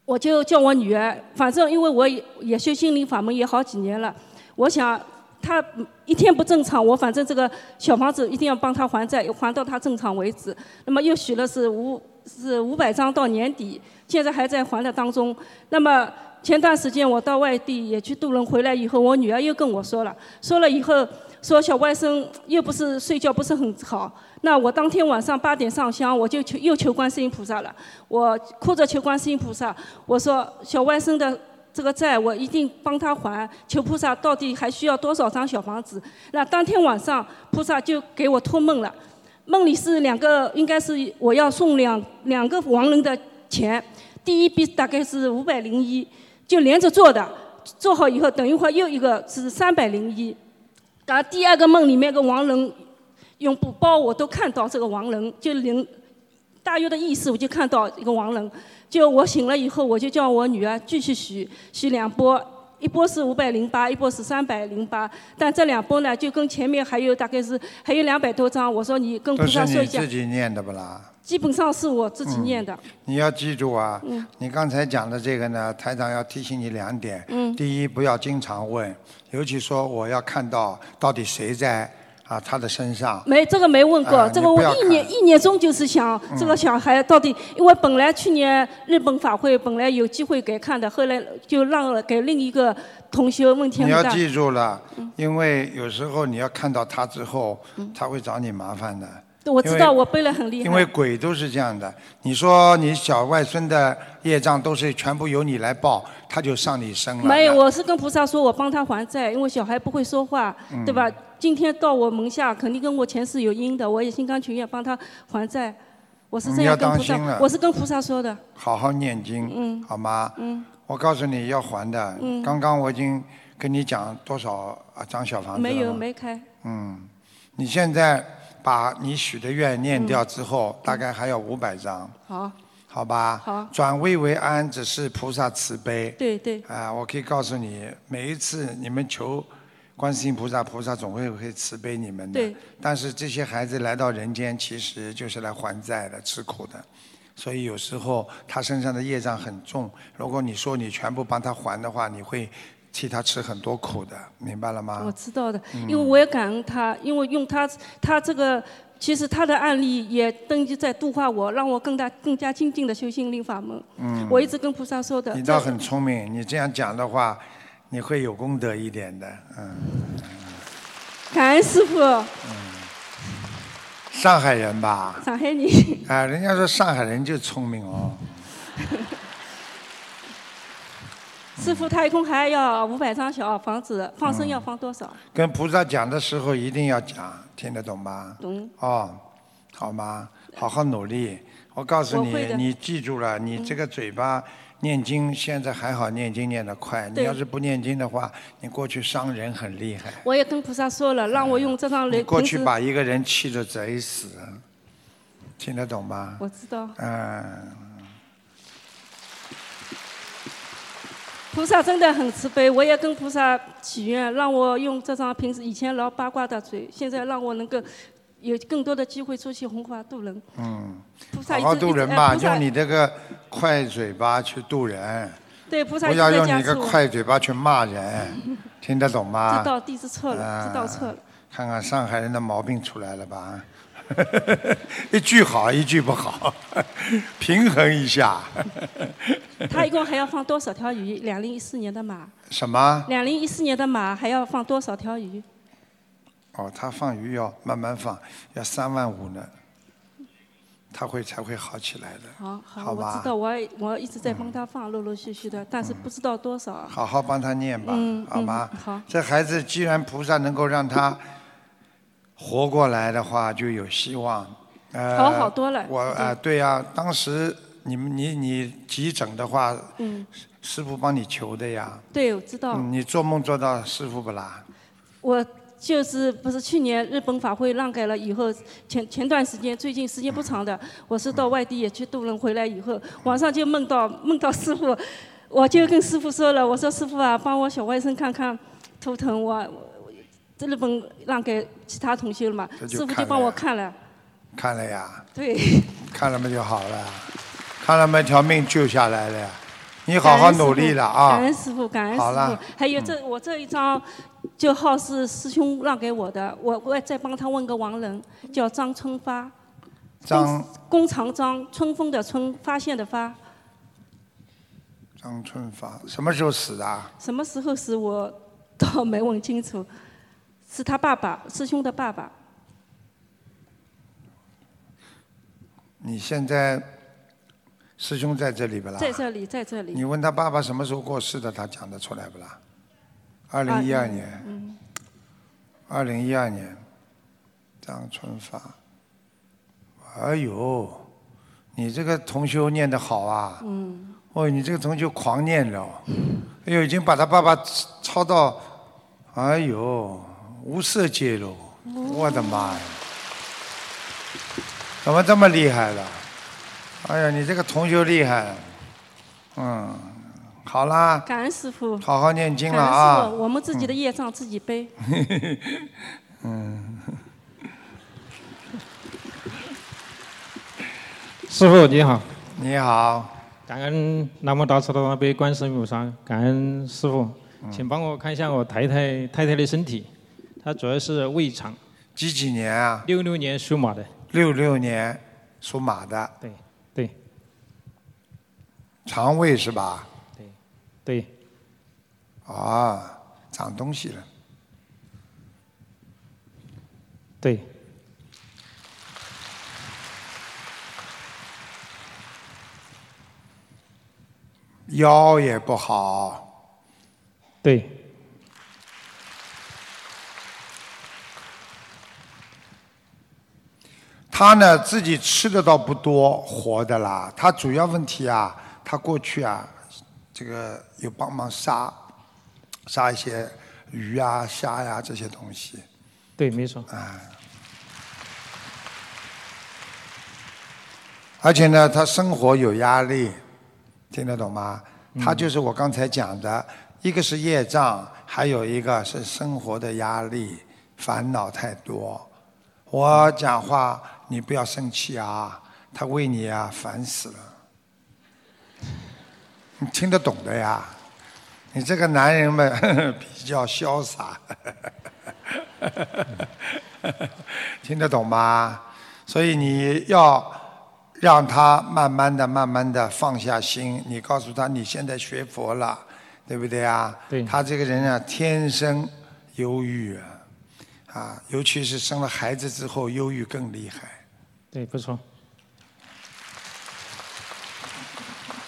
Speaker 6: 我就叫我女儿，反正因为我也也修心灵法门也好几年了，我想她一天不正常，我反正这个小房子一定要帮她还债，还到她正常为止。那么又许了是五是五百张到年底，现在还在还的当中。那么前段时间我到外地也去渡轮，回来以后，我女儿又跟我说了，说了以后说小外甥又不是睡觉不是很好，那我当天晚上八点上香，我就求又求观世音菩萨了，我哭着求观世音菩萨，我说小外甥的这个债我一定帮他还，求菩萨到底还需要多少张小房子？那当天晚上菩萨就给我托梦了，梦里是两个，应该是我要送两两个亡人的钱，第一笔大概是五百零一。就连着做的，做好以后，等一会儿又一个是三百零一，啊，第二个梦里面个亡人，用布包我都看到这个亡人，就零大约的意思我就看到一个亡人，就我醒了以后，我就叫我女儿继续许许两波，一波是五百零八，一波是三百零八，但这两波呢，就跟前面还有大概是还有两百多张，我说你跟菩
Speaker 2: 都是
Speaker 6: 萨说
Speaker 2: 你
Speaker 6: 一下
Speaker 2: 自，己念的不啦？
Speaker 6: 基本上是我自己念的，
Speaker 2: 你要记住啊，
Speaker 6: 嗯
Speaker 2: 你刚才讲的这个呢，台长要提醒你两点。
Speaker 6: 嗯
Speaker 2: 第一，不要经常问，尤其说我要看到到底谁在啊他的身上。
Speaker 6: 没，这个没问过。
Speaker 2: 啊
Speaker 6: 这个
Speaker 2: 你不
Speaker 6: 我
Speaker 2: 要嗯
Speaker 6: 一年一年中就是想这个小孩到底，因为本来去年日本法会本来有机会给看的，后来就让了给另一个同学问题
Speaker 2: 你
Speaker 6: 很
Speaker 2: 要
Speaker 6: 大。嗯
Speaker 2: 记住了，因为有时候你要看到他之后，他会找你麻烦的。
Speaker 6: 我知
Speaker 2: 因为
Speaker 6: 道我背了嗯很厉害。
Speaker 2: 因为鬼都是这样的，你说你小外孙的业障都是全部由你来报，他就上你身了。
Speaker 6: 没有，我是跟菩萨说，我帮他还债，因为小孩不会说话，
Speaker 2: 嗯
Speaker 6: 对吧？今天到我门下，肯定跟我前世有因的，我也心甘情愿帮他还债。我是这
Speaker 2: 嗯你
Speaker 6: 样
Speaker 2: 要
Speaker 6: 跟
Speaker 2: 当
Speaker 6: 菩
Speaker 2: 心了
Speaker 6: 萨，我是跟菩萨说的。
Speaker 2: 好好念经，
Speaker 6: 嗯
Speaker 2: 好吗？
Speaker 6: 嗯，
Speaker 2: 我告诉你要还的。
Speaker 6: 嗯
Speaker 2: 刚刚我已经跟你讲多少啊张小房子了
Speaker 6: 没有
Speaker 2: 吗
Speaker 6: 没开。
Speaker 2: 嗯，你现在把你许的愿念掉之后，大概还有五百张，
Speaker 6: 好，
Speaker 2: 好吧？
Speaker 6: 嗯好
Speaker 2: 转危为安只是菩萨慈悲。
Speaker 6: 对对，
Speaker 2: 啊，我可以告诉你，每一次你们求观世音菩萨，菩萨总会会慈悲你们的
Speaker 6: 对。
Speaker 2: 但是这些孩子来到人间，其实就是来还债的、吃苦的。所以有时候他身上的业障很重，如果你说你全部帮他还的话，你会替他吃很多苦的，明白了吗？
Speaker 6: 我知道的，
Speaker 2: 嗯
Speaker 6: 因为我也感恩他，因为用他他这个，其实他的案例也登记在度化我，让我更大更加精进的修心灵法门。
Speaker 2: 嗯，
Speaker 6: 我一直跟菩萨说的。
Speaker 2: 你倒
Speaker 6: 这
Speaker 2: 很聪明，你这样讲的话，你会有功德一点的，嗯。
Speaker 6: 感恩师傅，
Speaker 2: 上海人吧？
Speaker 6: 上海你。
Speaker 2: 啊，人家说上海人就聪明哦。
Speaker 6: 师傅，太空还要五百张小房子，放生要放多少？
Speaker 2: 跟菩萨讲的时候一定要讲，听得懂吗？
Speaker 6: 懂。
Speaker 2: 哦，好吗？好好努力。我告诉
Speaker 6: 我
Speaker 2: 你
Speaker 6: 会的，
Speaker 2: 你记住了，你这个嘴巴念经，现在还好，念经念得快。你
Speaker 6: 对
Speaker 2: 要是不念经的话，你过去伤人很厉害。
Speaker 6: 我也跟菩萨说了，让我用这张
Speaker 2: 你
Speaker 6: 雷。
Speaker 2: 过去
Speaker 6: 平时
Speaker 2: 把一个人气得贼死，听得懂吗？
Speaker 6: 我知道，
Speaker 2: 嗯，
Speaker 6: 菩萨真的很慈悲，我也跟菩萨许愿，让我用这张平时以前老八卦的嘴，现在让我能够有更多的机会出去红化度人。
Speaker 2: 嗯，
Speaker 6: 菩萨
Speaker 2: 好
Speaker 6: 一
Speaker 2: 好
Speaker 6: 直
Speaker 2: 渡
Speaker 6: 一直
Speaker 2: 人
Speaker 6: 哎
Speaker 2: 吧，
Speaker 6: 菩萨
Speaker 2: 用你这个快嘴巴去渡人，
Speaker 6: 对菩萨
Speaker 2: 不
Speaker 6: 一直
Speaker 2: 要
Speaker 6: 在
Speaker 2: 用
Speaker 6: 加
Speaker 2: 你这
Speaker 6: 持
Speaker 2: 个
Speaker 6: 我
Speaker 2: 快 啊嘴巴去骂人，听得懂吗？
Speaker 6: 知道弟子错了，知道错了。
Speaker 2: 看看上海人的毛病出来了吧？ 一句好，一句不好， 平衡一下。
Speaker 6: 他一共还要放多少条鱼？两零一四年的马，
Speaker 2: 什么？
Speaker 6: 两零一四年的马还要放多少条鱼？
Speaker 2: 哦，他放鱼要慢慢放，要三万五呢，他会才会好起来的。
Speaker 6: 好好，
Speaker 2: 好
Speaker 6: 我
Speaker 2: 吧
Speaker 6: 知道，我也我一直在帮他放，陆陆续续的，但是不知道多少啊。
Speaker 2: 好好帮他念吧，
Speaker 6: 嗯
Speaker 2: 好吗？
Speaker 6: 嗯好
Speaker 2: 这孩子既然菩萨能够让他活过来的话，就有希望。呃，
Speaker 6: 好好多了嗯
Speaker 2: 我啊、呃对呀、当时你们你你急诊的话，
Speaker 6: 嗯，
Speaker 2: 师傅帮你求的呀。
Speaker 6: 对，我知道。
Speaker 2: 嗯你做梦做到师傅不啦？
Speaker 6: 我就是不是去年日本法会让开了以后，前前段时间最近时间不长的，我是到外地也去渡人，回来以后晚上就梦到梦到师傅，我就跟师傅说了，我说师傅啊，帮我小外甥看看图腾我。我这日本让给其他同学了嘛，
Speaker 2: 这就
Speaker 6: 师傅
Speaker 2: 看
Speaker 6: 就
Speaker 2: 了
Speaker 6: 帮我
Speaker 2: 呀
Speaker 6: 看了，
Speaker 2: 看了呀，
Speaker 6: 对，
Speaker 2: 看了嘛就好了，看了嘛条命救下来了呀。你好好努力了啊
Speaker 6: 感！恩师傅，感恩师
Speaker 2: 好
Speaker 6: 傅
Speaker 2: 了。嗯
Speaker 6: 还有这我这一张，就号是师兄让给我的，我我也再帮他问个亡人，叫张春发，
Speaker 2: 张
Speaker 6: 弓长张，春风的春，发现的发，
Speaker 2: 张春发什么时候死的啊？
Speaker 6: 什么时候死我倒没问清楚， 是他爸爸，师兄的爸爸。
Speaker 2: 你现在师兄在这里不啦？
Speaker 6: 在这里，在这
Speaker 2: 你
Speaker 6: 里。
Speaker 2: 问他爸爸什么时候过世的，他讲得出来不啦？二零一二年，
Speaker 6: 嗯，
Speaker 2: 二零一二年，张春发。哎呦，你这个同修念得好啊！
Speaker 6: 嗯，
Speaker 2: 哦，你这个同修狂念了哦，哎呦，已经把他爸爸抄抄到，哎呦，无色界了，我的妈呀！怎么这么厉害了？哎呀，你这个同修厉害了，嗯，好啦，
Speaker 6: 感恩师傅。
Speaker 2: 好好念经了
Speaker 6: 感恩
Speaker 2: 啊
Speaker 6: 师，傅，我们自己的业障自己背。
Speaker 2: 嗯，
Speaker 7: 师傅你好，
Speaker 2: 你好，
Speaker 7: 感恩南无大慈大悲观世音菩萨，感恩师傅，
Speaker 2: 嗯
Speaker 7: 请帮我看一下我太太太太的身体，她主要是胃肠。
Speaker 2: 几几年啊？
Speaker 7: 六六年属马的。
Speaker 2: 六六年属马的，
Speaker 7: 对对，
Speaker 2: 肠胃是吧？
Speaker 7: 对。
Speaker 2: 啊，长东西了。
Speaker 7: 对。
Speaker 2: 腰也不好。
Speaker 7: 对。
Speaker 2: 他呢，自己吃的倒不多，活的啦。他主要问题啊，他过去啊，这个有帮忙杀，杀一些鱼啊、虾呀、这些东西。
Speaker 7: 对，没错。
Speaker 2: 啊。而且呢，他生活有压力，听得懂吗？
Speaker 7: 嗯
Speaker 2: 他就是我刚才讲的，一个是业障，还有一个是生活的压力，烦恼太多。我讲话你不要生气啊，他为你啊烦死了。你听得懂的呀？你这个男人们 比较潇洒， 听得懂吗？所以你要让他慢慢的、慢慢的放下心。你告诉他，你现在学佛了，对不对啊？
Speaker 7: 对
Speaker 2: 他这个人啊，天生忧郁啊，啊，尤其是生了孩子之后，忧郁更厉害。
Speaker 7: 对，不错。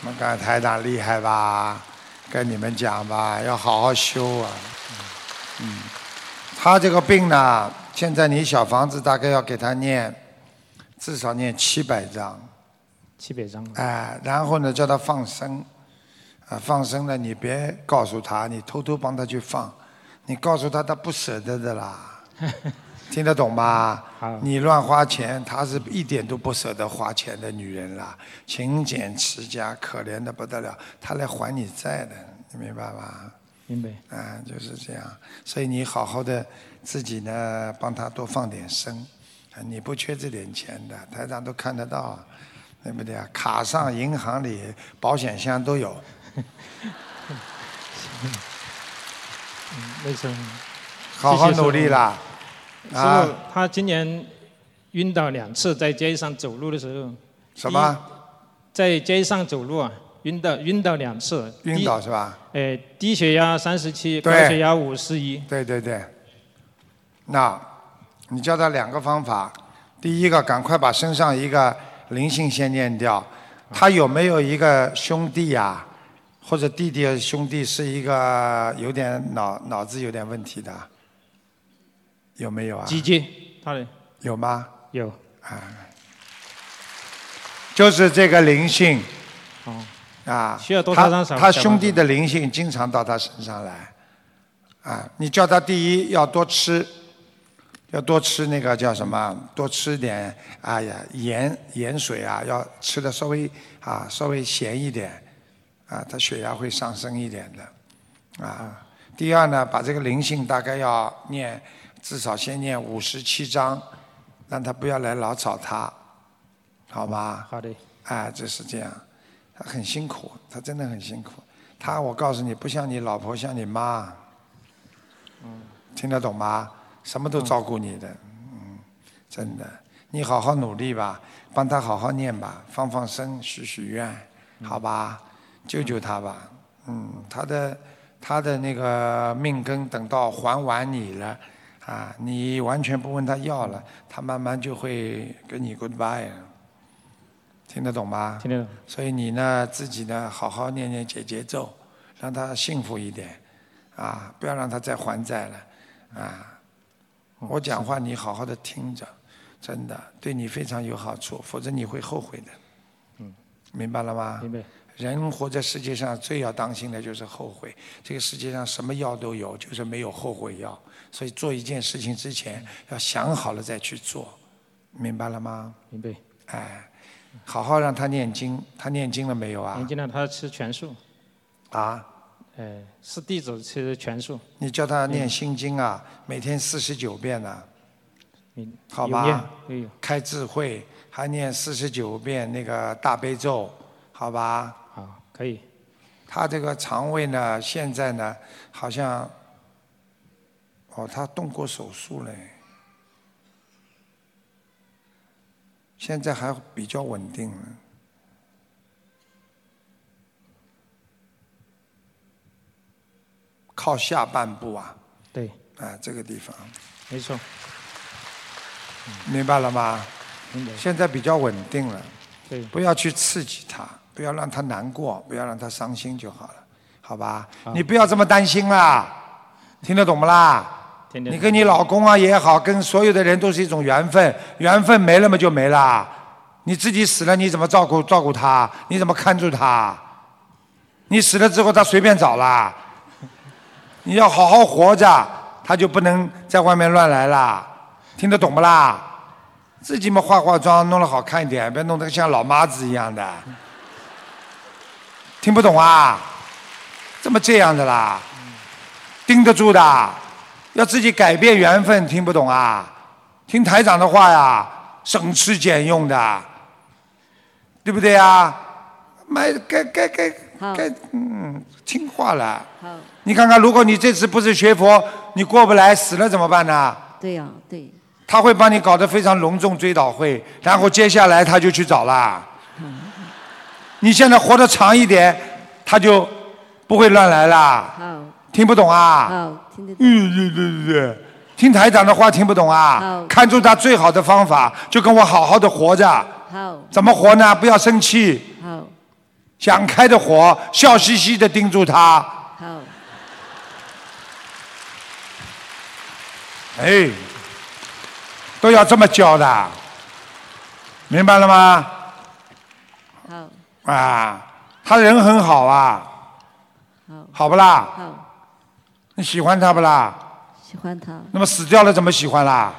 Speaker 2: 我们感台长厉害吧？跟你们讲吧，要好好修啊。嗯，他这个病呢，现在你小房子大概要给他念，至少念七百张。
Speaker 7: 七百张。
Speaker 2: 哎，然后呢，叫他放生。啊，放生呢，你别告诉他，你偷偷帮他去放。你告诉他，他不舍得的啦。听得懂吗？你乱花钱，她是一点都不舍得花钱的女人啦，勤俭持家，可怜的不得了，她来还你债的，你明白吗？
Speaker 7: 明白。
Speaker 2: 啊，就是这样，所以你好好的自己呢，帮她多放点生，啊你不缺这点钱的，台长都看得到啊，对不对啊？卡上、银行里、保险箱都有。
Speaker 7: 没错。
Speaker 2: 好好努力啦
Speaker 7: 谢谢师傅
Speaker 2: 啊
Speaker 7: 师傅，他今年晕倒两次，在街上走路的时候。
Speaker 2: 什么？
Speaker 7: 在街上走路啊，晕倒晕倒两次。
Speaker 2: 晕倒是吧？
Speaker 7: 呃，低血压三十七，高
Speaker 2: 对
Speaker 7: 血压五十一。
Speaker 2: 对对对。那，你教他两个方法，第一个，赶快把身上一个灵性先念掉。他有没有一个兄弟呀、或者弟弟兄弟是一个有点脑脑子有点问题的？有没有啊？
Speaker 7: 姐姐，他的
Speaker 2: 有吗？
Speaker 7: 有。
Speaker 2: 啊，就是这个灵性
Speaker 7: 哦，
Speaker 2: 啊，
Speaker 7: 需要多少张
Speaker 2: 他
Speaker 7: 小
Speaker 2: 他
Speaker 7: 小
Speaker 2: 兄
Speaker 7: 房
Speaker 2: 弟
Speaker 7: 子
Speaker 2: 的灵性经常到他身上来，啊，你叫他第一要多吃，要多吃那个叫什么？多吃点，哎呀，盐盐水啊，要吃的稍微啊稍微咸一点，啊，他血压会上升一点的，啊。第二呢，把这个灵性大概要念，至少先念五十七章，让他不要来老找他，好吧？
Speaker 7: 好的。
Speaker 2: 啊，就是这样，他很辛苦，他真的很辛苦。他，我告诉你，不像你老婆，像你妈，听得懂吗？什么都照顾你的，嗯，真的。你好好努力吧，帮他好好念吧，放放生，许许愿，好吧？救救他吧。嗯，他的他的那个命根等到还完你了，啊，你完全不问他要了，他慢慢就会跟你 goodbye 了。听得懂吗？
Speaker 7: 听得懂。
Speaker 2: 所以你呢，自己呢，好好念念解结咒，让他幸福一点，啊，不要让他再还债了，啊。我讲话你好好的听着，真的对你非常有好处，否则你会后悔的。
Speaker 7: 嗯，
Speaker 2: 明白了吗？
Speaker 7: 明白。
Speaker 2: 人活在世界上最要当心的就是后悔。这个世界上什么药都有，就是没有后悔药。所以做一件事情之前要想好了再去做，明白了吗？
Speaker 7: 明白。
Speaker 2: 哎，好好让他念经，他念经了没有啊？
Speaker 7: 念经了，他吃全素。
Speaker 2: 啊？
Speaker 7: 哎，是弟子吃全素。
Speaker 2: 你叫他念心经啊，每天四十九遍呢、啊。
Speaker 7: 嗯。
Speaker 2: 好吧。开智慧，还念四十九遍那个大悲咒，好吧？
Speaker 7: 啊，可以。
Speaker 2: 他这个肠胃呢，现在呢，好像，哦，他动过手术嘞，现在还比较稳定了。靠下半部啊，
Speaker 7: 对，
Speaker 2: 啊，这个地方，
Speaker 7: 没错，
Speaker 2: 明白了吗？
Speaker 7: 明白。
Speaker 2: 现在比较稳定了，
Speaker 7: 对，
Speaker 2: 不要去刺激他。不要让他难过，不要让他伤心就好了，好吧？
Speaker 7: 啊
Speaker 2: 你不要这么担心啦，听得懂不啦？
Speaker 7: 听
Speaker 2: 你跟你老公啊也好，跟所有的人都是一种缘分，缘分没了嘛就没啦。你自己死了，你怎么照顾照顾他？你怎么看住他？你死了之后，他随便找啦。你要好好活着，他就不能在外面乱来啦。听得懂不啦？自己嘛化化妆，弄得好看一点，别弄得像老妈子一样的。听不懂啊？怎么这样的啦？盯得住的，要自己改变缘分。听不懂啊？听台长的话呀，省吃俭用的，对不对啊？买该该该该嗯，听话了。你看看，如果你这次不是学佛，你过不来，死了怎么办呢？
Speaker 8: 对呀、对，
Speaker 2: 他会帮你搞得非常隆重追悼会，然后接下来他就去找啦。你现在活得长一点，他就不会乱来啦。
Speaker 8: 好，
Speaker 2: 听不懂啊？
Speaker 8: 好，听得懂。
Speaker 2: 嗯，对对对对，听台长的话听不懂啊
Speaker 8: 好？
Speaker 2: 看住他最好的方法，就跟我好好的活着。
Speaker 8: 好，
Speaker 2: 怎么活呢？不要生气，
Speaker 8: 好，
Speaker 2: 想开的活，笑嘻嘻的盯住他。
Speaker 8: 好，
Speaker 2: 哎，都要这么教的，明白了吗？
Speaker 8: 好，
Speaker 2: 啊，他人很好啊，
Speaker 8: 好，
Speaker 2: 好不啦？
Speaker 8: 好，
Speaker 2: 你喜欢他不啦？
Speaker 8: 喜欢他。
Speaker 2: 那么死掉了怎么喜欢啦？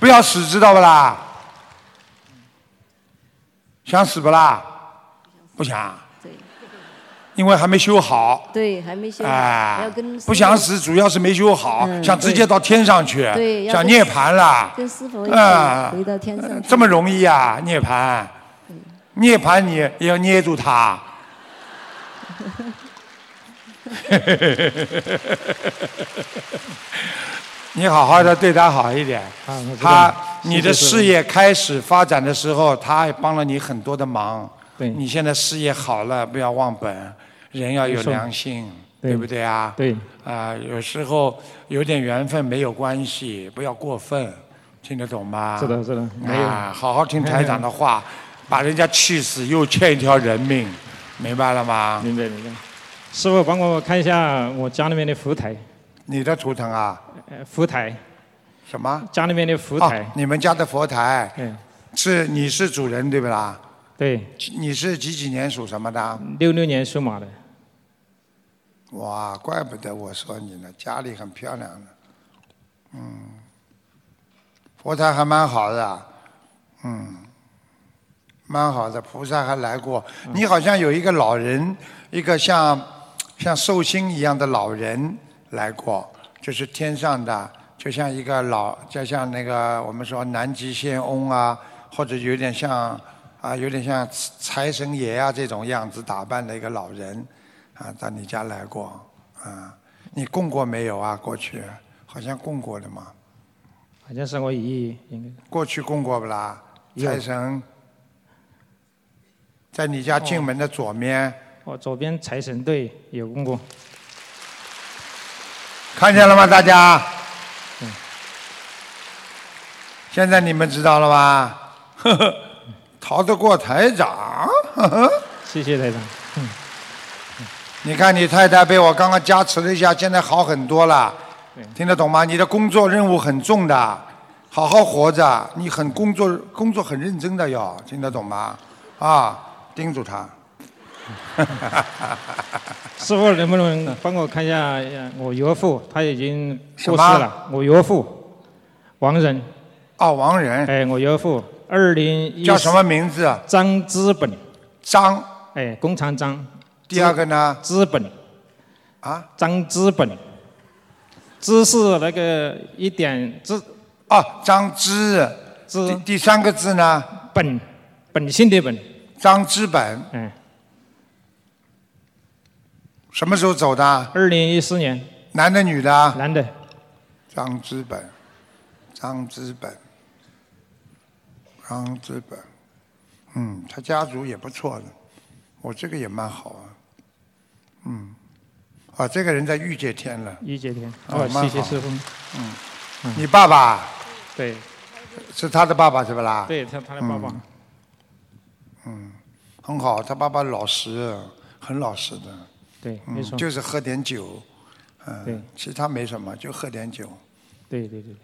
Speaker 2: 不要死，知道不啦？想死不啦？不想，
Speaker 8: 对
Speaker 2: 因为还没修好。
Speaker 8: 对，还没修，还
Speaker 2: 哎
Speaker 8: 要跟，
Speaker 2: 不想死，主要是没修好，
Speaker 8: 嗯
Speaker 2: 想直接到天上去
Speaker 8: 对，，要
Speaker 2: 想
Speaker 8: 跟
Speaker 2: 涅槃啦。
Speaker 8: 跟师傅一
Speaker 2: 啊
Speaker 8: 起回到天上去。
Speaker 2: 这么容易啊，涅槃，涅槃你也要捏住他。 你好好的对他好一点，
Speaker 7: 啊我知道
Speaker 2: 他
Speaker 7: 谢谢
Speaker 2: 你的
Speaker 7: 师父
Speaker 2: 事业开始发展的时候，他也帮了你很多的忙。
Speaker 7: 对
Speaker 2: 你现在事业好了，不要忘本，人要有
Speaker 7: 没错
Speaker 2: 良心，
Speaker 7: 对
Speaker 2: 对不对啊？
Speaker 7: 对，
Speaker 2: 啊，有时候有点缘分没有关系，不要过分，听得懂吗？
Speaker 7: 是的，是的，没有。
Speaker 2: 啊，好好听台长的话，把人家气死又欠一条人命，明白了吗？
Speaker 7: 明白明白。师傅，帮我看一下我家里面的福台，
Speaker 2: 你的图腾啊，
Speaker 7: 呃，福台，
Speaker 2: 什么？
Speaker 7: 家里面的福台
Speaker 2: 哦，。你们家的佛台
Speaker 7: 嗯，
Speaker 2: 是你是主人对不啦？
Speaker 7: 对，
Speaker 2: 你是几几年属什么的？
Speaker 7: 六六年属马的，
Speaker 2: 哇，怪不得我说你呢，家里很漂亮的，嗯，佛台还蛮好的，嗯，蛮好的，菩萨还来过。
Speaker 7: 嗯
Speaker 2: 你好像有一个老人，一个像像寿星一样的老人来过，就是天上的，就像一个老，就像那个我们说南极仙翁啊，或者有点像啊，有点像财神爷啊这种样子打扮的一个老人。啊，到你家来过啊？你供过没有啊？过去好像供过的嘛，
Speaker 7: 好像是我姨应该。
Speaker 2: 过去供过不啦？
Speaker 7: 有
Speaker 2: 财神在你家进门的左面，
Speaker 7: 哦，左边财神对有供过，
Speaker 2: 看见了吗，大家？现在你们知道 了吧？呵呵，逃得过台长。呵呵
Speaker 7: 谢谢台长。嗯
Speaker 2: 你看你太太被我刚刚加持了一下，现在好很多了，听得懂吗？你的工作任务很重的，好好活着，你很工作工作很认真的哟，听得懂吗？啊，叮嘱她。
Speaker 7: 师傅能不能帮我看一下呃我岳父，他已经
Speaker 2: 什
Speaker 7: 过世
Speaker 2: 么
Speaker 7: 了。我岳父，王仁。
Speaker 2: 哦，王仁。
Speaker 7: 哎，我岳父，二零一
Speaker 2: 叫什么名字？啊
Speaker 7: 张资本。
Speaker 2: 张。
Speaker 7: 哎，工长张。
Speaker 2: 第二个呢？
Speaker 7: 资本。
Speaker 2: 啊？
Speaker 7: 张资本。知是那个一点知。
Speaker 2: 哦，张知。
Speaker 7: 知。
Speaker 2: 第三个字呢？
Speaker 7: 本，本性的本。
Speaker 2: 张之本。
Speaker 7: 哎。
Speaker 2: 什么时候走的？
Speaker 7: 二零一四年。
Speaker 2: 男的女的？
Speaker 7: 男的。
Speaker 2: 张之本，张之本，张之本，嗯，他家族也不错的，我这个也蛮好啊，嗯，啊，这个人在御界天了，
Speaker 7: 御界天，
Speaker 2: 哦
Speaker 7: 哦，，
Speaker 2: 蛮
Speaker 7: 谢
Speaker 2: 好
Speaker 7: 谢师傅。
Speaker 2: 嗯，你爸爸
Speaker 7: 对，
Speaker 2: 是他的爸爸是不啦？
Speaker 7: 对他他的爸爸
Speaker 2: 啊嗯。嗯，很好，他爸爸老实，很老实的。
Speaker 7: 对，
Speaker 2: 嗯
Speaker 7: 没错
Speaker 2: 就是喝点酒，嗯，
Speaker 7: 对
Speaker 2: 其他没什么，就喝点酒。
Speaker 7: 对对对对，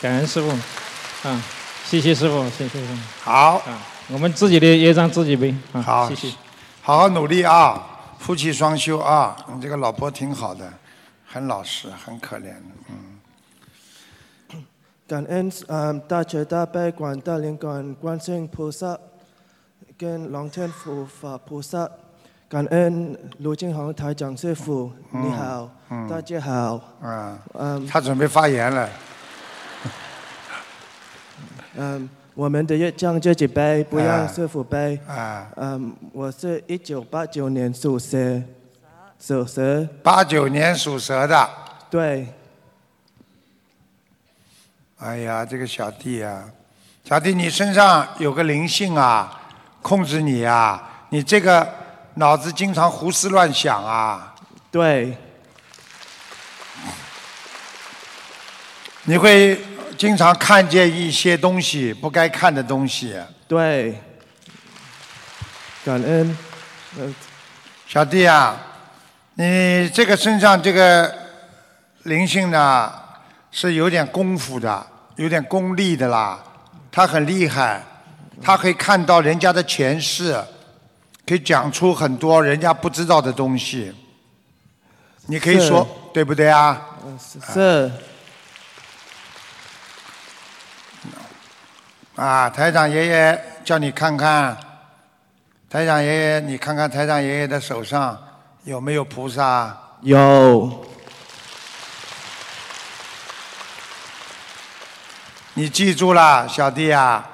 Speaker 7: 感恩师傅，啊，谢谢师傅，谢谢师傅，
Speaker 2: 好，
Speaker 7: 我们自己的业障自己背，啊，
Speaker 2: 好
Speaker 7: 谢谢，
Speaker 2: 好好努力啊，夫妻双修啊！你这个老婆挺好的，很老实，很可怜。嗯，
Speaker 9: 感恩嗯大慈大悲广大灵感观世音菩萨跟龙天护法菩萨，感恩卢金红台长师傅，你好，
Speaker 2: 嗯
Speaker 9: 大家好，
Speaker 2: 啊，
Speaker 9: 嗯，
Speaker 2: 他准备发言了。
Speaker 9: 嗯，我们的业障自己背，不
Speaker 2: 啊
Speaker 9: 让师傅背。
Speaker 2: 啊，
Speaker 9: 嗯，我是一九八九年属蛇，属蛇，
Speaker 2: 八九年属蛇的。
Speaker 9: 对，
Speaker 2: 哎呀，这个小弟啊，小弟，你身上有个灵性啊，控制你啊，你这个脑子经常胡思乱想啊。
Speaker 9: 对。
Speaker 2: 你会经常看见一些东西不该看的东西。
Speaker 9: 对。感恩。呃，
Speaker 2: 小弟啊，你这个身上这个灵性呢，是有点功夫的，有点功力的啦。他很厉害，他可以看到人家的前世，可以讲出很多人家不知道的东西。你可以
Speaker 9: 是
Speaker 2: 说对不对啊？
Speaker 9: 呃是是，
Speaker 2: 啊，台长爷爷叫你看看，台长爷爷，你看看台长爷爷的手上有没有菩萨？啊
Speaker 9: 有
Speaker 2: 你记住了，小弟啊，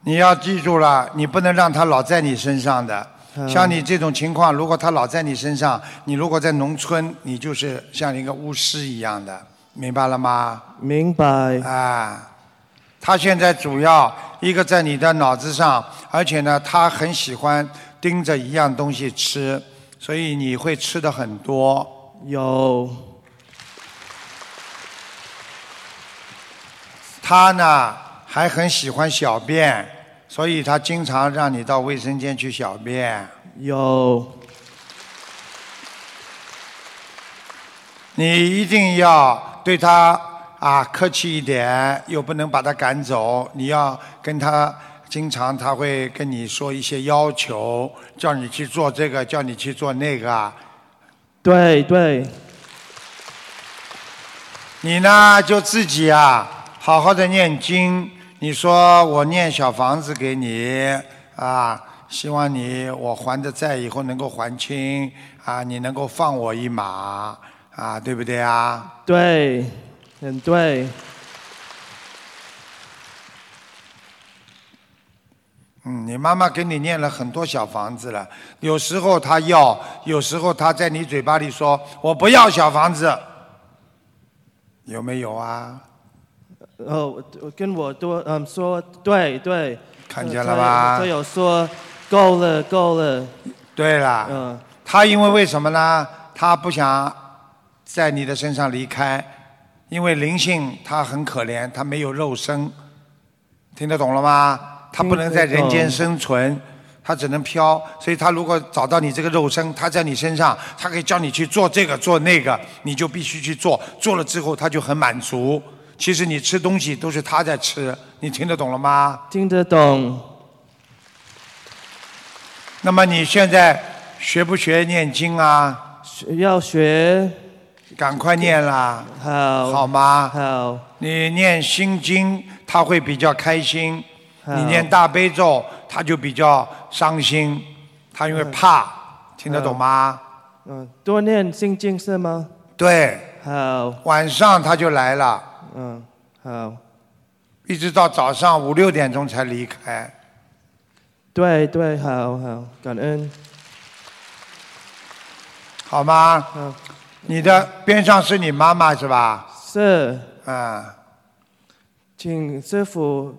Speaker 2: 你要记住了，你不能让他老在你身上的。
Speaker 9: 嗯
Speaker 2: 像你这种情况，如果他老在你身上，你如果在农村，你就是像一个巫师一样的，明白了吗？
Speaker 9: 明白。
Speaker 2: 啊，他现在主要一个在你的脑子上，而且呢，他很喜欢盯着一样东西吃，所以你会吃的很多。
Speaker 9: 有
Speaker 2: 他呢还很喜欢小便，所以他经常让你到卫生间去小便。
Speaker 9: 有
Speaker 2: 你一定要对他啊客气一点，又不能把他赶走。你要跟他经常他会跟你说一些要求，叫你去做这个，叫你去做那个。
Speaker 9: 对对
Speaker 2: 你呢就自己啊好好的念经。你说我念小房子给你啊，希望你我还的债以后能够还清啊，你能够放我一马啊，对不对啊？
Speaker 9: 对，很对，
Speaker 2: 嗯，你妈妈给你念了很多小房子了，有时候她要，有时候她在你嘴巴里说“我不要小房子”，有没有啊？
Speaker 9: 呃哦，我跟我多嗯说对对，
Speaker 2: 看
Speaker 9: 呃
Speaker 2: 见了吧
Speaker 9: 他他有说够了，够了。
Speaker 2: 对啦，
Speaker 9: 嗯，
Speaker 2: 他因为为什么呢？他不想在你的身上离开，因为灵性他很可怜，他没有肉身，听得懂了吗？他不能在人间生存，他只能飘。所以他如果找到你这个肉身，他在你身上，他可以叫你去做这个做那个，你就必须去做。做了之后，他就很满足。其实你吃东西都是他在吃，你听得懂了吗？
Speaker 9: 听得懂。
Speaker 2: 那么你现在学不学念经啊？
Speaker 9: 要学。
Speaker 2: 赶快念啦！
Speaker 9: 好。
Speaker 2: 好吗？
Speaker 9: 好。
Speaker 2: 你念心经，他会比较开心；
Speaker 9: 好
Speaker 2: 你念大悲咒，他就比较伤心，他因为怕，听得懂吗？
Speaker 9: 嗯，多念心经是吗？
Speaker 2: 对。
Speaker 9: 好。
Speaker 2: 晚上他就来了。
Speaker 9: 嗯，好。
Speaker 2: 一直到早上五六点钟才离开。
Speaker 9: 对对，好好，感恩。
Speaker 2: 好吗？嗯。你的边上是你妈妈是吧？
Speaker 9: 是。
Speaker 2: 啊。
Speaker 9: 请师傅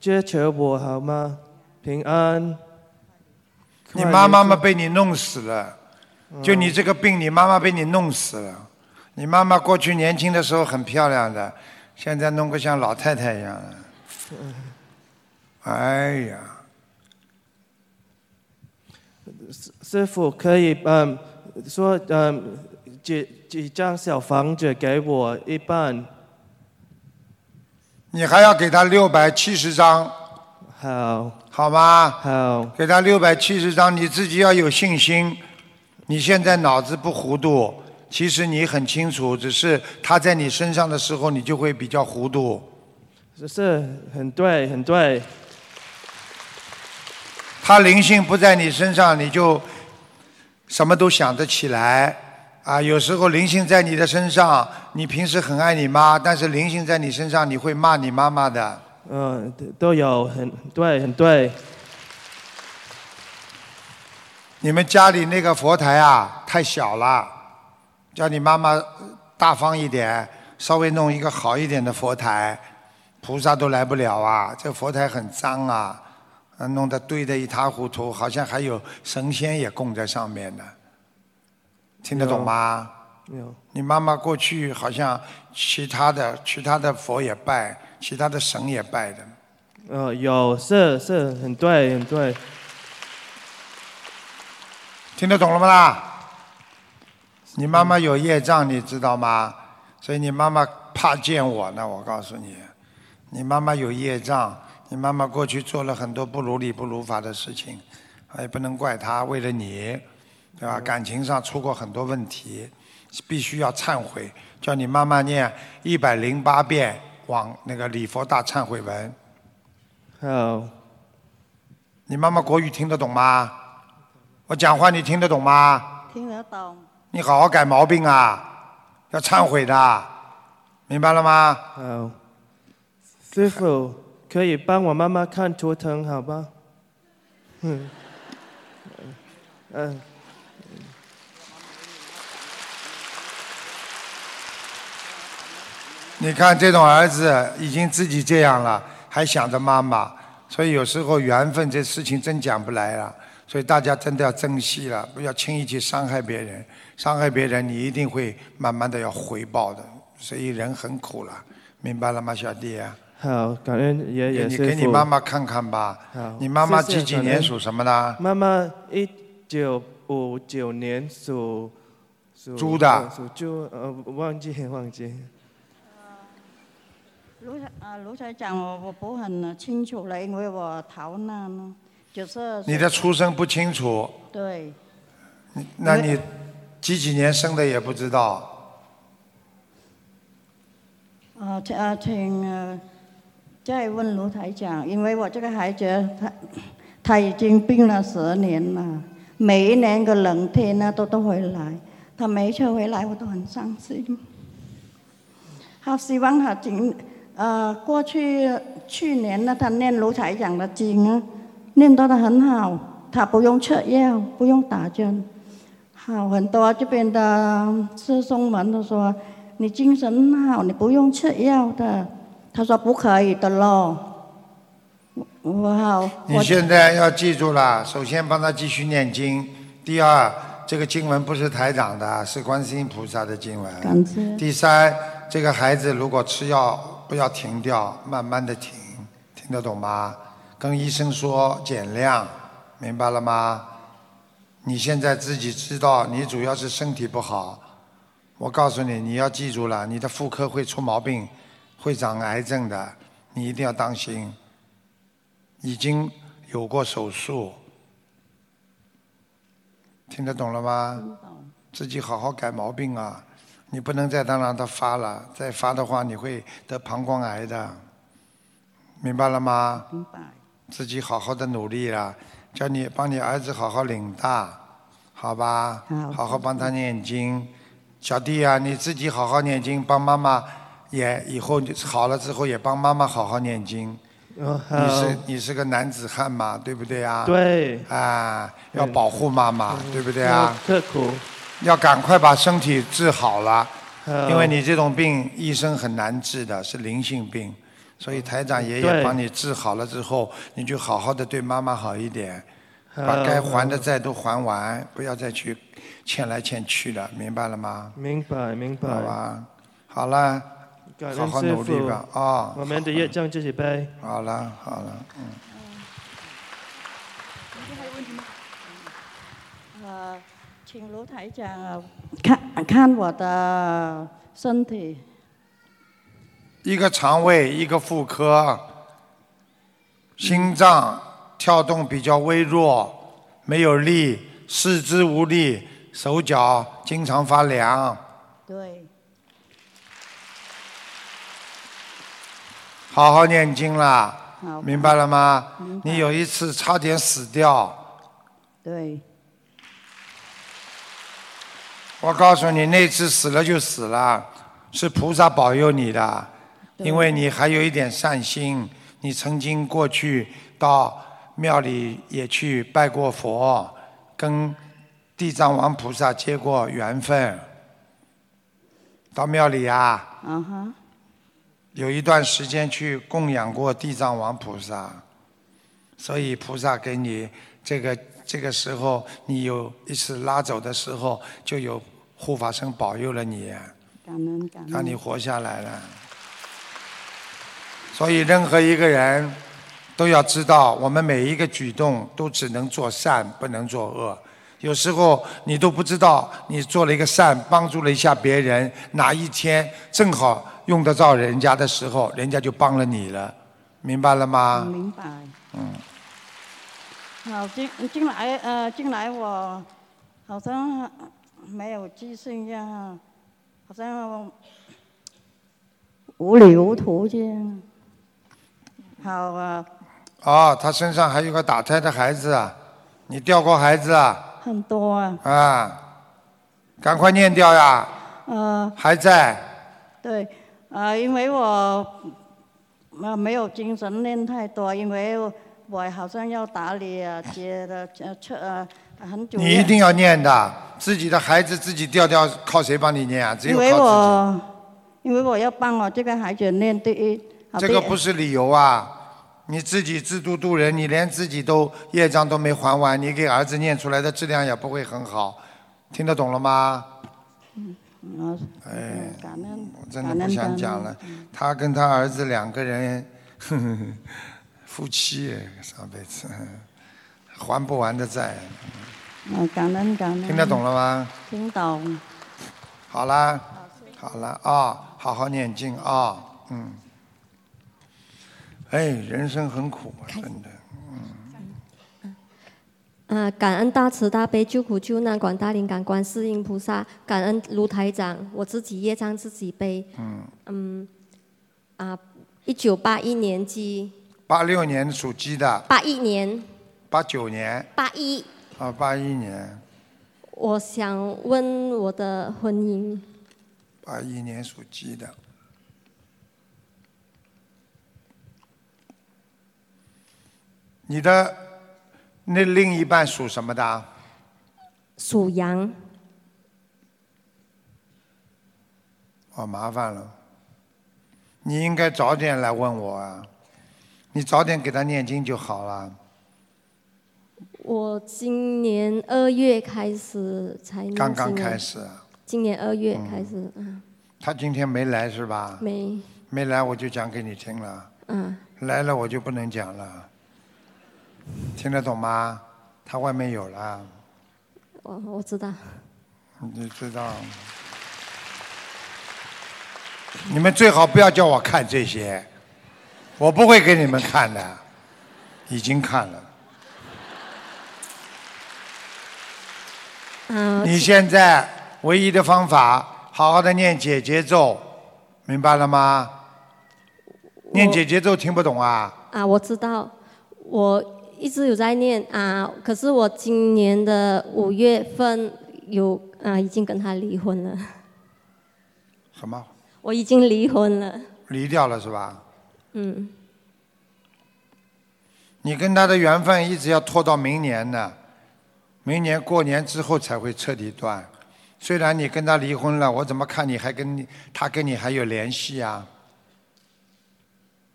Speaker 9: 接求我好吗？平安。
Speaker 2: 你妈妈嘛被你弄死了，就你这个病，你妈妈被你弄死了。你妈妈过去年轻的时候很漂亮的，现在弄个像老太太一样的。哎呀，
Speaker 9: 师师傅可以嗯说嗯几几张小房子给我一半。
Speaker 2: 你还要给她六百七十张，
Speaker 9: 好，
Speaker 2: 好吗？
Speaker 9: 好，
Speaker 2: 给她六百七十张，你自己要有信心。你现在脑子不糊涂，其实你很清楚，只是她在你身上的时候，你就会比较糊涂。
Speaker 9: 是是很对很对，
Speaker 2: 他灵性不在你身上，你就什么都想得起来啊。有时候灵性在你的身上，你平时很爱你妈，但是灵性在你身上，你会骂你妈妈的。
Speaker 9: 嗯、都有很对很对，
Speaker 2: 你们家里那个佛台啊，太小了，叫你妈妈呃大方一点，稍微弄一个好一点的佛台，菩萨都来不了啊。这佛台很脏啊，啊弄得堆得一塌糊涂，好像还有神仙也供在上面呢。听得懂吗？
Speaker 9: 有
Speaker 2: 你妈妈过去好像其他的其他的佛也拜，其他的神也拜的。
Speaker 9: 呃有是是很对很对，
Speaker 2: 听得懂了吗啦？你妈妈有业障，你知道吗？所以你妈妈怕见我呢。我告诉你，你妈妈有业障，你妈妈过去做了很多不如理、不如法的事情，也不能怪她，为了你，对吧？感情上出过很多问题，必须要忏悔。叫你妈妈念一百零八遍往那个礼佛大忏悔文。
Speaker 9: 好，
Speaker 2: 你妈妈国语听得懂吗？我讲话你听得懂吗？
Speaker 5: 听得懂。
Speaker 2: 你好好改毛病啊，要忏悔的，明白了吗？
Speaker 9: 好，师傅可以帮我妈妈看图腾好吧？嗯，嗯、
Speaker 2: 你看这种儿子已经自己这样了，还想着妈妈，所以有时候缘分这事情真讲不来了。所以大家真的要珍惜了，不要轻易去伤害别人。伤害别人，你一定会慢慢的要回报的。所以人很苦了，明白了吗，小弟、啊？
Speaker 9: 好，感恩爷爷
Speaker 2: 你
Speaker 9: 师傅。
Speaker 2: 给你妈妈看看吧
Speaker 9: 好。
Speaker 2: 你妈妈
Speaker 9: 谢谢
Speaker 2: 几几
Speaker 9: 感
Speaker 2: 年
Speaker 9: 恩
Speaker 2: 属什么的？
Speaker 9: 妈妈一九五九年属属
Speaker 2: 猪的
Speaker 9: 呃属猪，呃，忘记忘记。
Speaker 5: 卢台啊，卢台长，我我不很清楚了，因为我逃难了，就是
Speaker 2: 你的出生不清楚，
Speaker 5: 对
Speaker 2: 那你几几年生的也不知道。
Speaker 5: 啊，请啊请呃再问卢台长，因为我这个孩子他他已经病了十年了，每一年个冷天呢都都回来，他每一次回来我都很伤心。好，希望他今
Speaker 10: ờ,
Speaker 5: 呃过去去年呢，他念卢台长的经啊，念到的很好，他不用吃药，不用打针。好，很多这边的师兄们都说你精神好，你不用吃药的。他说不可以的喽。哇，
Speaker 2: 你
Speaker 5: 我
Speaker 2: 现在要记住了，首先帮他继续念经，第二，这个经文不是台长的，是观世音菩萨的经
Speaker 5: 感谢
Speaker 2: 文。第三，这个孩子如果吃药不要停掉，慢慢的停，听得懂吗？跟医生说减量，明白了吗？你现在自己知道，你主要是身体不好。我告诉你，你要记住了，你的妇科会出毛病，会长癌症的，你一定要当心。已经有过手术，听得懂了吗？自己好好改毛病啊！你不能再让让它发了，再发的话你会得膀胱癌的，明白了吗？明白。自己好好的努力啊，叫你帮你儿子好好领大，好吧？
Speaker 5: 好
Speaker 2: 好好帮他念经。小弟啊，你自己好好念经，帮妈妈也以后好了之后也帮妈妈好好念经。
Speaker 9: 哦
Speaker 2: 你
Speaker 9: 好
Speaker 2: 是你是个男子汉嘛，对不对啊？
Speaker 9: 对嗯
Speaker 2: 啊，要保护妈妈，对不对
Speaker 9: 要
Speaker 2: 啊？
Speaker 9: 刻苦。
Speaker 2: 要赶快把身体治好了，
Speaker 9: 好
Speaker 2: 因为你这种病医生很难治的，是灵性病，所以台长爷爷
Speaker 9: 对
Speaker 2: 帮你治好了之后，你就好好的对妈妈好一点，
Speaker 9: 好
Speaker 2: 把该还的债都还完，不要再去欠来欠去的，明白了吗？
Speaker 9: 明白明白。
Speaker 2: 好吧，好了，
Speaker 9: 感
Speaker 2: 好
Speaker 9: 恩
Speaker 2: 好
Speaker 9: 师
Speaker 2: 努力
Speaker 9: 父
Speaker 2: 吧，啊，
Speaker 9: 我们的业障自己背。
Speaker 2: 好了好了，嗯。
Speaker 10: 呃，请卢台长呃看看我的身体，
Speaker 2: 一个肠胃，一个妇科，心脏跳动比较微弱，没有力，四肢无力，手脚经常发凉。
Speaker 10: 对，
Speaker 2: 好好念经啦，
Speaker 10: 好，
Speaker 2: 明白了吗
Speaker 10: 明？白
Speaker 2: 你有一次差点死掉，
Speaker 10: 对，
Speaker 2: 我告诉你，那次死了就死了，是菩萨保佑你的，
Speaker 10: 对
Speaker 2: 因为你还有一点善心，你曾经过去到庙里也去拜过佛，跟地藏王菩萨结过缘分。到庙里啊，
Speaker 10: 啊哈，
Speaker 2: 有一段时间去供养过地藏王菩萨，所以菩萨给你这个这个时候，你有一次拉走的时候，就有护法神保佑了你。
Speaker 10: 感恩感恩，
Speaker 2: 让你活下来了。所以，任何一个人都要知道，我们每一个举动都只能做善，不能做恶。有时候你都不知道，你做了一个善，帮助了一下别人，哪一天正好用得到人家的时候，人家就帮了你了，明白了吗？
Speaker 10: 明白。
Speaker 2: 嗯，
Speaker 10: 好，进进来呃，进来我好像没有记性一样，好像无理无途这样。好啊，
Speaker 2: 哦，他身上还有个打胎的孩子，啊，你掉过孩子啊？
Speaker 10: 很多啊，
Speaker 2: 啊，赶快念掉呀，
Speaker 10: 呃，
Speaker 2: 还在。
Speaker 10: 对，呃，因为我呃没有精神练太多，因为我我好像要打理啊，接的呃车呃很久。
Speaker 2: 你一定要念的，自己的孩子自己掉掉，靠谁帮你念啊？只
Speaker 10: 因
Speaker 2: 有
Speaker 10: 为
Speaker 2: 靠
Speaker 10: 我因为我要帮我这个孩子练第一，好
Speaker 2: 自己。这个
Speaker 10: 第
Speaker 2: 不是理由啊！你自己自度度人，你连自己都业障都没还完，你给儿子念出来的质量也不会很好，听得懂了吗？
Speaker 10: 嗯
Speaker 2: 哎，
Speaker 10: 感恩，
Speaker 2: 我真的不想讲了。他跟他儿子两个人， 呵呵夫妻耶上辈子还不完的债，
Speaker 10: 嗯，感恩感恩。
Speaker 2: 听得懂了？吗？
Speaker 10: 听懂。
Speaker 2: 好啦，好啦啊、好好念经啊、嗯。哎，人生很苦啊，真的。
Speaker 8: 啊，感恩大慈大悲救苦救难广大灵感观世音菩萨，感恩卢台长，我自己业障自己背。
Speaker 2: 嗯，
Speaker 8: 嗯，啊，一九八一年鸡，
Speaker 2: 八六年属鸡的，
Speaker 8: 八一年，
Speaker 2: 八九年
Speaker 8: 八一，
Speaker 2: 啊，八一年，
Speaker 8: 我想问我的婚姻，
Speaker 2: 八一年属鸡的。你的那另一半属什么的啊？
Speaker 8: 属羊，
Speaker 2: 哦，麻烦了，你应该早点来问我啊！你早点给他念经就好了。
Speaker 8: 我今年二月开始才念
Speaker 2: 刚刚
Speaker 8: 经啊
Speaker 2: 开始，
Speaker 8: 今年二月
Speaker 2: 哦
Speaker 8: 开始，嗯，
Speaker 2: 他今天没来是吧？
Speaker 8: 没，
Speaker 2: 没来我就讲给你听了，
Speaker 8: 嗯，
Speaker 2: 来了我就不能讲了。听得懂吗？他外面有了，
Speaker 8: 我我知道，
Speaker 2: 你知道。你们最好不要叫我看这些，我不会给你们看的，已经看了。
Speaker 8: 嗯，
Speaker 2: 你现在唯一的方法，好好的念姐姐咒，明白了吗？念姐姐咒听不懂啊？
Speaker 8: 啊，我知道，我一直有在念啊，可是我今年的五月份有啊，已经跟他离婚了，
Speaker 2: 什么？
Speaker 8: 我已经离婚了，
Speaker 2: 离掉了是吧？
Speaker 8: 嗯，
Speaker 2: 你跟他的缘分一直要拖到明年呢，明年过年之后才会彻底断。虽然你跟他离婚了，我怎么看你还跟你他跟你还有联系啊？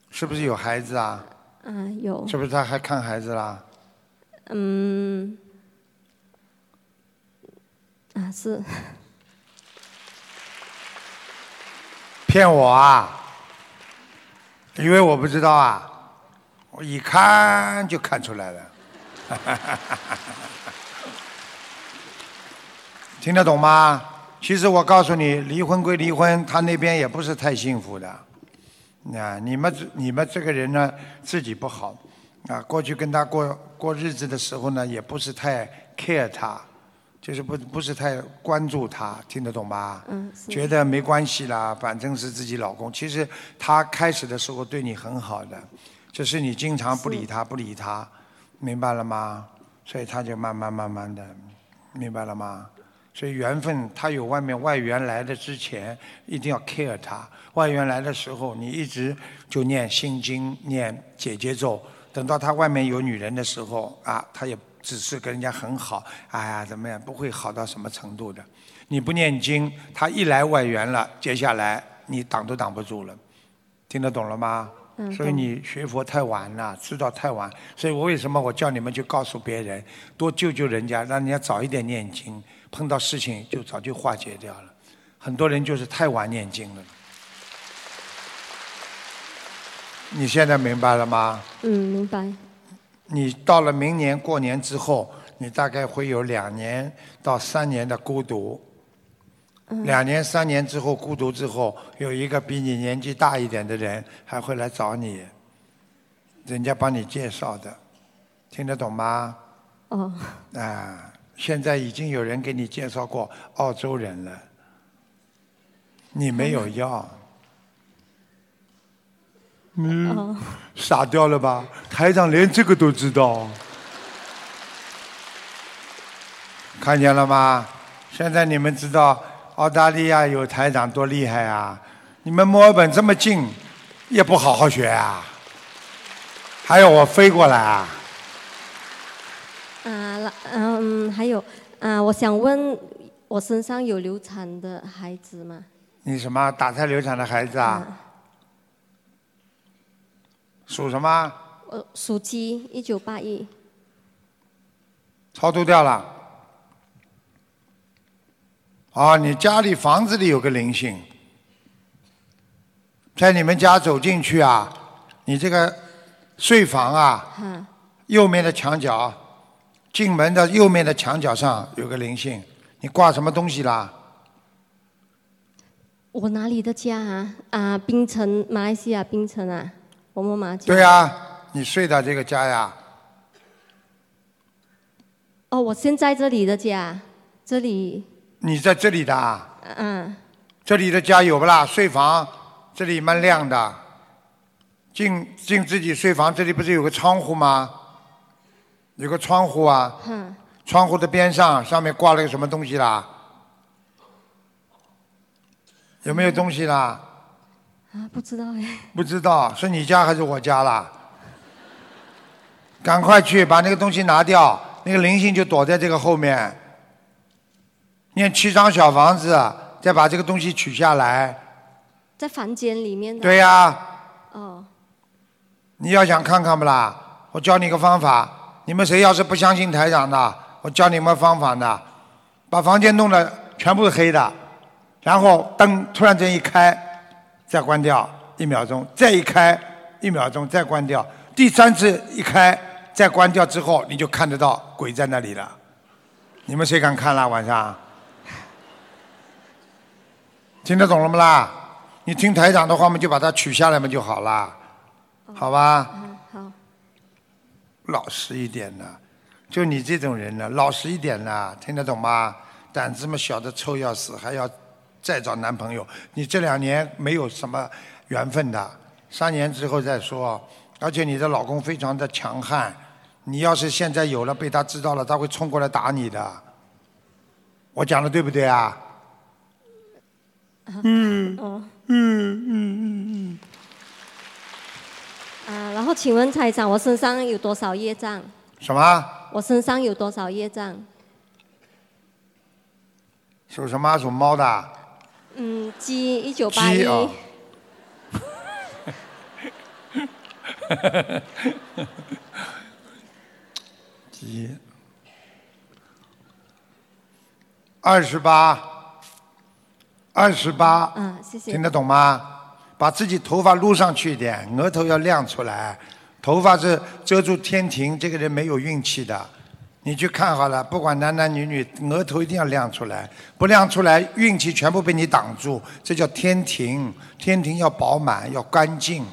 Speaker 2: 是不是有孩子啊？
Speaker 8: 啊，有，
Speaker 2: 是不是他还看孩子啦？
Speaker 8: 嗯，啊是，
Speaker 2: 骗我啊？以为我不知道啊？我一看就看出来了。听得懂吗？其实我告诉你，离婚归离婚，他那边也不是太幸福的。啊，你们你们这个人呢，自己不好。啊，过去跟他过过日子的时候呢，也不是太 care 他，就是不不是太关注他，听得懂吧？
Speaker 8: 嗯，
Speaker 2: 觉得没关系啦，反正是自己老公。其实他开始的时候对你很好的，只是你经常不理他，不理他，明白了吗？所以他就慢慢慢慢的，明白了吗？所以缘分，他有外面外援来的之前，一定要 care 他。外援来的时候，你一直就念心经，念姐姐咒。等到他外面有女人的时候，啊，他也只是跟人家很好，哎呀，怎么样，不会好到什么程度的。你不念经，他一来外援了，接下来你挡都挡不住了，听得懂了吗？
Speaker 8: 嗯
Speaker 2: 所以
Speaker 8: 懂
Speaker 2: 你学佛太晚了，知道太晚，所以我为什么我叫你们去告诉别人，多救救人家，让人家早一点念经，碰到事情就早就化解掉了。很多人就是太晚念经了。你现在明白了吗？
Speaker 8: 嗯，明白，
Speaker 2: 你到了明年过年之后，你大概会有两年到三年的孤独。
Speaker 8: 嗯
Speaker 2: 两年、三年之后，孤独之后，有一个比你年纪大一点的人还会来找你，人家帮你介绍的，听得懂吗？
Speaker 8: 哦，
Speaker 2: 啊，现在已经有人给你介绍过澳洲人了，你没有要，
Speaker 8: 哦，
Speaker 2: 嗯傻掉了吧？台长连这个都知道，看见了吗？现在你们知道澳大利亚有台长多厉害啊！你们墨尔本这么近，也不好好学啊，还要我飞过来啊？
Speaker 8: 啊，啦嗯，还有啊，我想问，我身上有流产的孩子吗？
Speaker 2: 你什么打胎流产的孩子啊？属什么？
Speaker 8: 呃，属鸡，一九八一，
Speaker 2: 超度掉了。啊，你家里房子里有个灵性，在你们家走进去啊，你这个睡房啊，
Speaker 8: 哈，
Speaker 2: 右面的墙角，进门的右面的墙角上有个灵性，你挂什么东西啦？
Speaker 8: 我哪里的家啊？啊，槟城，马来西亚槟城啊，我妈妈家。
Speaker 2: 对啊，你睡的这个家呀，
Speaker 8: 哦，我现在这里的家，啊这里，
Speaker 2: 你在这里的啊，
Speaker 8: 嗯、
Speaker 2: 这里的家有不啦？睡房这里蛮亮的，进进自己睡房这里不是有个窗户吗？有个窗户啊，
Speaker 8: 哈，
Speaker 2: 窗户的边上上面挂了个什么东西啦？有没有东西啦？
Speaker 8: 啊，不知道哎，
Speaker 2: 不知道是你家还是我家啦？赶快去把那个东西拿掉，那个灵性就躲在这个后面。念七张小房子，再把这个东西取下来。
Speaker 8: 在房间里面的。
Speaker 2: 对呀、
Speaker 8: 哦，
Speaker 2: 你要想看看不啦？我教你个方法，你们谁要是不相信台长的，我教你们方法呢，把房间弄得全部是黑的，然后灯突然间一开，再关掉一秒钟，再一开一秒钟，再关掉，第三次一开再关掉之后，你就看得到鬼在那里了。你们谁敢看啦？晚上？听得懂了吗啦？你听台长的话嘛，就把它取下来嘛就好啦，好吧？
Speaker 8: 啊好，
Speaker 2: 老实一点呢，就你这种人呢，老实一点呢，听得懂吗？胆子嘛小的臭要死，还要再找男朋友。你这两年没有什么缘分的，三年之后再说。而且你的老公非常的强悍，你要是现在有了被他知道了，他会冲过来打你的。我讲的对不对啊？
Speaker 8: 嗯，哦，嗯嗯嗯嗯。啊，然后请问台长，我身上有多少业障？
Speaker 2: 什么？
Speaker 8: 我身上有多少业障？
Speaker 2: 属什么？属猫的？
Speaker 8: 嗯，鸡一九八
Speaker 2: 鸡
Speaker 8: 一，
Speaker 2: 啊。鸡。二十八，二十八，
Speaker 8: 嗯，谢谢。
Speaker 2: 听得懂吗？把自己头发撸上去一点，额头要亮出来。头发是遮住天庭，这个人没有运气的。你去看好了，不管男男女女，额头一定要亮出来，不亮出来，运气全部被你挡住，这叫天庭。天庭要饱满，要干净，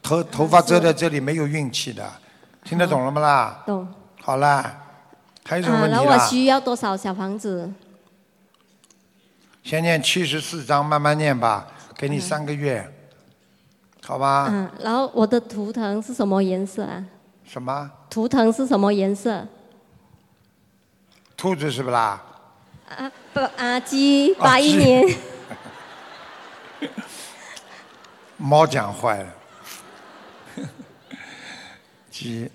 Speaker 2: 头头发遮在这里没有运气的，听得懂了吗啦？
Speaker 8: 懂。
Speaker 2: 好啦，还有什么
Speaker 8: 啊，
Speaker 2: 问题
Speaker 8: 然后
Speaker 2: 啦？
Speaker 8: 我需要多少小房子？
Speaker 2: 先念七十四章，慢慢念吧，给你三个月，好吧？
Speaker 8: 嗯，然后我的图腾是什么颜色啊？
Speaker 2: 什么？
Speaker 8: 图腾是什么颜色？
Speaker 2: 兔子是不啦？
Speaker 8: 啊不啊，鸡
Speaker 2: 啊
Speaker 8: 八一
Speaker 2: 鸡
Speaker 8: 年。
Speaker 2: 猫讲坏了， 鸡，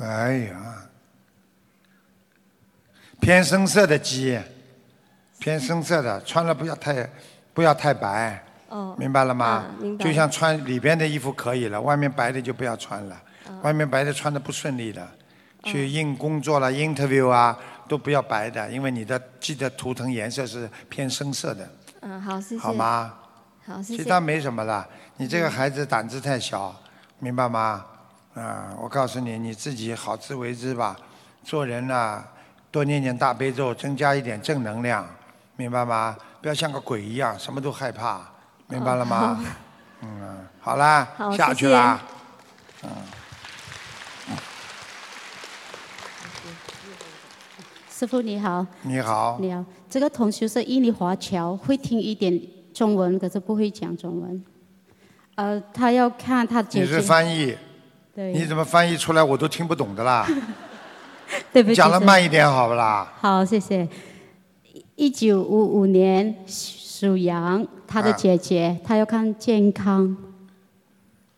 Speaker 2: 哎呀，偏深色的鸡，偏深色的，穿了不要太不要太白，
Speaker 8: 哦，
Speaker 2: 明白了吗？
Speaker 8: 啊明白
Speaker 2: 就像穿里边的衣服可以了，外面白的就不要穿了，外面白的穿的不顺利了。
Speaker 8: 嗯
Speaker 2: 去应工作了、interview 啊，都不要白的，因为你的记得图腾颜色是偏深色的，
Speaker 8: 嗯，好，谢谢。
Speaker 2: 好吗？
Speaker 8: 好，谢
Speaker 2: 其
Speaker 8: 谢。
Speaker 2: 他没什么了。你这个孩子胆子太小，明白吗？啊、我告诉你，你自己好自为之吧。做人呐、多念念大悲咒，增加一点正能量，明白吗？不要像个鬼一样，什么都害怕，明白了吗？嗯，好啦，
Speaker 8: 哦好
Speaker 2: 下
Speaker 8: 谢
Speaker 2: 去
Speaker 8: 谢
Speaker 2: 啦。嗯，
Speaker 11: 师傅你好，
Speaker 2: 你好，
Speaker 11: 你好，这个同学是印尼华侨，会听一点中文，可是不会讲中文。呃，他要看他姐
Speaker 2: 你
Speaker 11: 姐。
Speaker 2: 是翻译，
Speaker 11: 对。
Speaker 2: 你怎么翻译出来我都听不懂的 啦？
Speaker 11: 对不起。
Speaker 2: 讲的
Speaker 11: 师父
Speaker 2: 慢一点好不啦？
Speaker 11: 好，谢谢。一九五五年属羊，他的
Speaker 2: 啊
Speaker 11: 姐姐，他要看健康，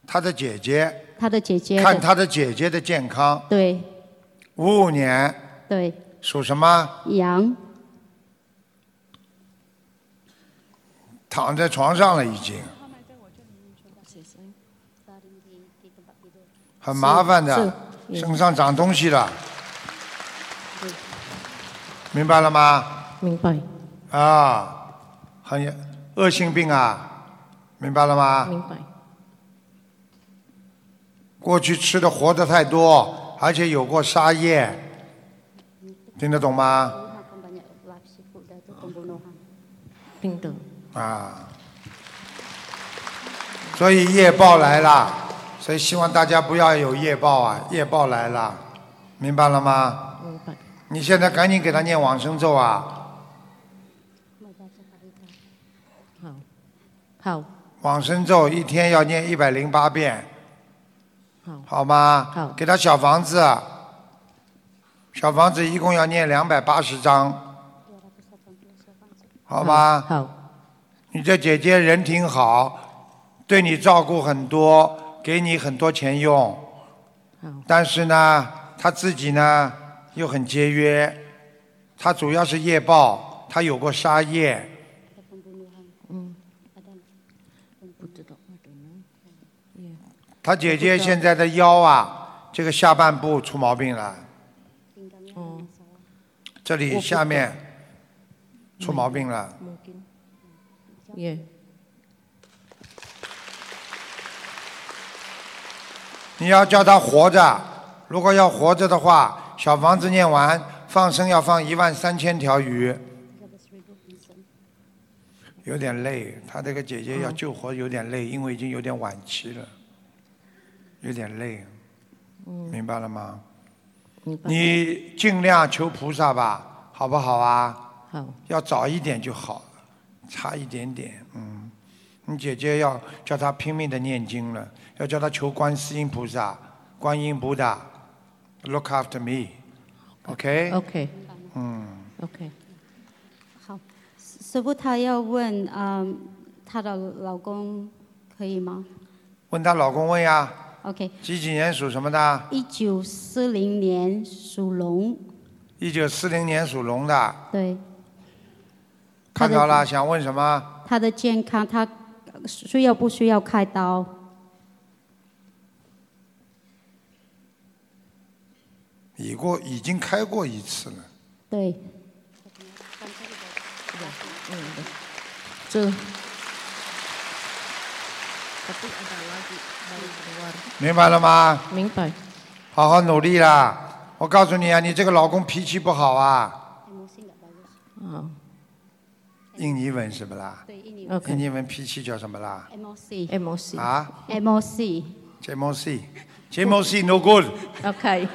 Speaker 2: 他的姐姐，
Speaker 11: 他的姐姐的。
Speaker 2: 看他的姐姐的健康。
Speaker 11: 对
Speaker 2: 五五年
Speaker 11: 对，
Speaker 2: 属什么？
Speaker 11: 羊
Speaker 2: 躺在床上了已经，很麻烦的，
Speaker 11: 是嗯是
Speaker 2: 身上长东西了，明白了吗？
Speaker 11: 明白。
Speaker 2: 啊，很严恶性病啊，明白了吗？
Speaker 11: 明白。
Speaker 2: 过去吃的活的太多，而且有过沙叶，听得懂吗？
Speaker 11: 听懂。
Speaker 2: 啊，所以业报来了，所以希望大家不要有业报啊，业报来了，明白了吗？
Speaker 11: 明白。
Speaker 2: 你现在赶紧给他念往生咒啊，
Speaker 11: 好，
Speaker 2: 往生咒一天要念一百零八遍，
Speaker 11: 好，
Speaker 2: 好吗？
Speaker 11: 好
Speaker 2: 给他小房子，小房子一共要念两百八十张，好吗？
Speaker 11: 好，
Speaker 2: 你这姐姐人挺好，对你照顾很多，给你很多钱用
Speaker 11: 好。
Speaker 2: 但是呢，她自己呢又很节约，她主要是业报，她有过杀业，
Speaker 11: 嗯，不知道。
Speaker 2: 他姐姐现在的腰啊，这个下半部出毛病了，
Speaker 4: 哦，
Speaker 2: 这里下面出毛病了，
Speaker 4: 也
Speaker 2: 你要叫他活着。如果要活着的话，小房子念完，放生要放一万三千条鱼。有点累，他这个姐姐要救活有点累，因为已经有点晚期了，有点累，明白了吗？你尽量求菩萨吧，好不好啊？
Speaker 4: 好，
Speaker 2: 要早一点就好了，差一点点，嗯。你姐姐要叫她拼命的念经了，要叫她求观世音菩萨、观音菩萨，look after me，OK？、
Speaker 4: OK
Speaker 2: 嗯，
Speaker 4: OK，
Speaker 11: 师傅他要问，嗯，她的老公可以吗
Speaker 2: 问她老公问呀，
Speaker 11: ？OK，
Speaker 2: 几几年属什么的？
Speaker 11: 一九四零年属龙，
Speaker 2: 一九四零年属龙的，
Speaker 11: 对，她
Speaker 2: 看
Speaker 11: 的
Speaker 2: 到了，想问什么？
Speaker 11: 她的健康，她需要不需要开刀？
Speaker 2: 已过已经开过一次了，
Speaker 11: 对，
Speaker 12: 嗯
Speaker 4: 这
Speaker 2: 明白了吗？
Speaker 4: 明白。
Speaker 2: 好好努力啦！我告诉你啊，你这个老公脾气不好啊，
Speaker 4: 哦
Speaker 2: 印尼文是不啦？
Speaker 11: 对，印
Speaker 2: 印尼文脾气叫什么啦？
Speaker 11: ，MOC，MOC，
Speaker 2: 啊
Speaker 11: MOC，
Speaker 2: j m o c j m o c no good。
Speaker 4: ，OK，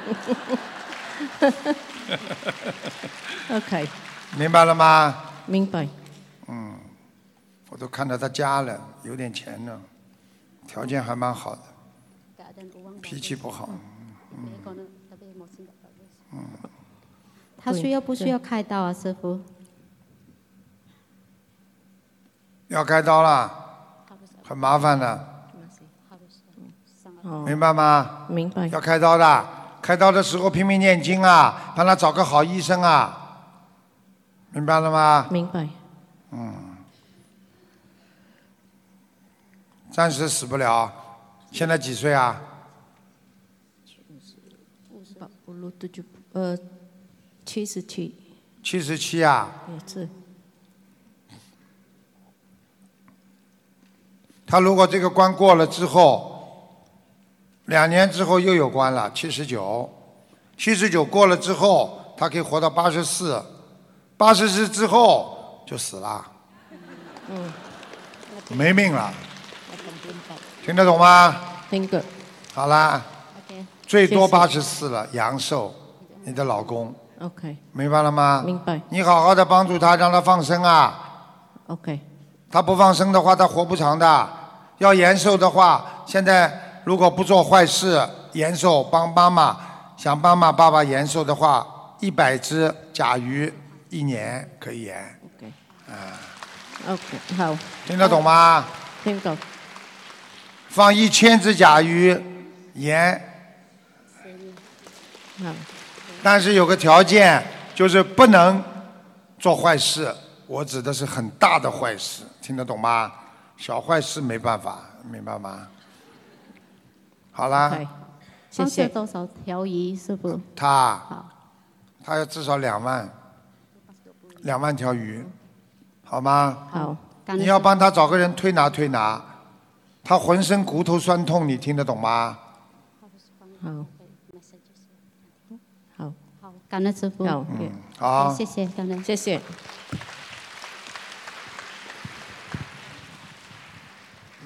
Speaker 4: OK，
Speaker 2: 明白了吗？
Speaker 4: 明白。
Speaker 2: 嗯，我都看到他家了，有点钱呢，条件还蛮好的，脾气不
Speaker 4: 嗯
Speaker 2: 好。
Speaker 11: 她需要不需要开刀啊，师傅？
Speaker 2: 要开刀了，很麻烦的，
Speaker 4: 哦，
Speaker 2: 明白吗？
Speaker 4: 明白。
Speaker 2: 要开刀的，开刀的时候拼命念经啊，帮他找个好医生啊，明白了吗？
Speaker 4: 明白。
Speaker 2: 嗯，暂时死不了，现在几岁啊？
Speaker 4: 八五六都就呃七
Speaker 3: 呃
Speaker 4: 十七
Speaker 2: 七十七啊，
Speaker 4: 也是
Speaker 2: 他如果这个关过了之后，两年之后又有关了，七十九，七十九过了之后，他可以活到八十四，八十四之后就死了，
Speaker 4: 嗯，
Speaker 2: 没命了，听得懂吗？
Speaker 4: 听个
Speaker 2: 好啦，最多
Speaker 4: 谢谢
Speaker 2: 八十四了，阳寿，你的老公
Speaker 4: OK
Speaker 2: 明白了吗？
Speaker 4: 明白
Speaker 2: 你好好的帮助他，让他放生啊，
Speaker 4: OK
Speaker 2: 他不放生的话，他活不长的。要延寿的话，现在如果不做坏事，延寿帮妈妈想帮妈爸爸延寿的话，一百只甲鱼一年可以延，
Speaker 4: OK
Speaker 2: 啊，
Speaker 4: OK 好，
Speaker 2: 听得懂吗？
Speaker 4: 听懂
Speaker 2: 放一千只甲鱼延
Speaker 4: 好
Speaker 2: 但是有个条件，就是不能做坏事。我指的是很大的坏事，听得懂吗？小坏事没办法，明白吗？好啦，谢
Speaker 11: 放
Speaker 2: 谢
Speaker 11: 射多少条鱼，师傅？
Speaker 2: 他，他要至少两万，两万条鱼，好吗？
Speaker 4: 好，
Speaker 2: 你要帮他找个人推拿推拿，他浑身骨头酸痛，你听得懂吗？
Speaker 4: 好好
Speaker 11: 好，感恩师傅。
Speaker 4: 好也
Speaker 2: 好，
Speaker 11: 谢谢，感恩，
Speaker 4: 谢谢。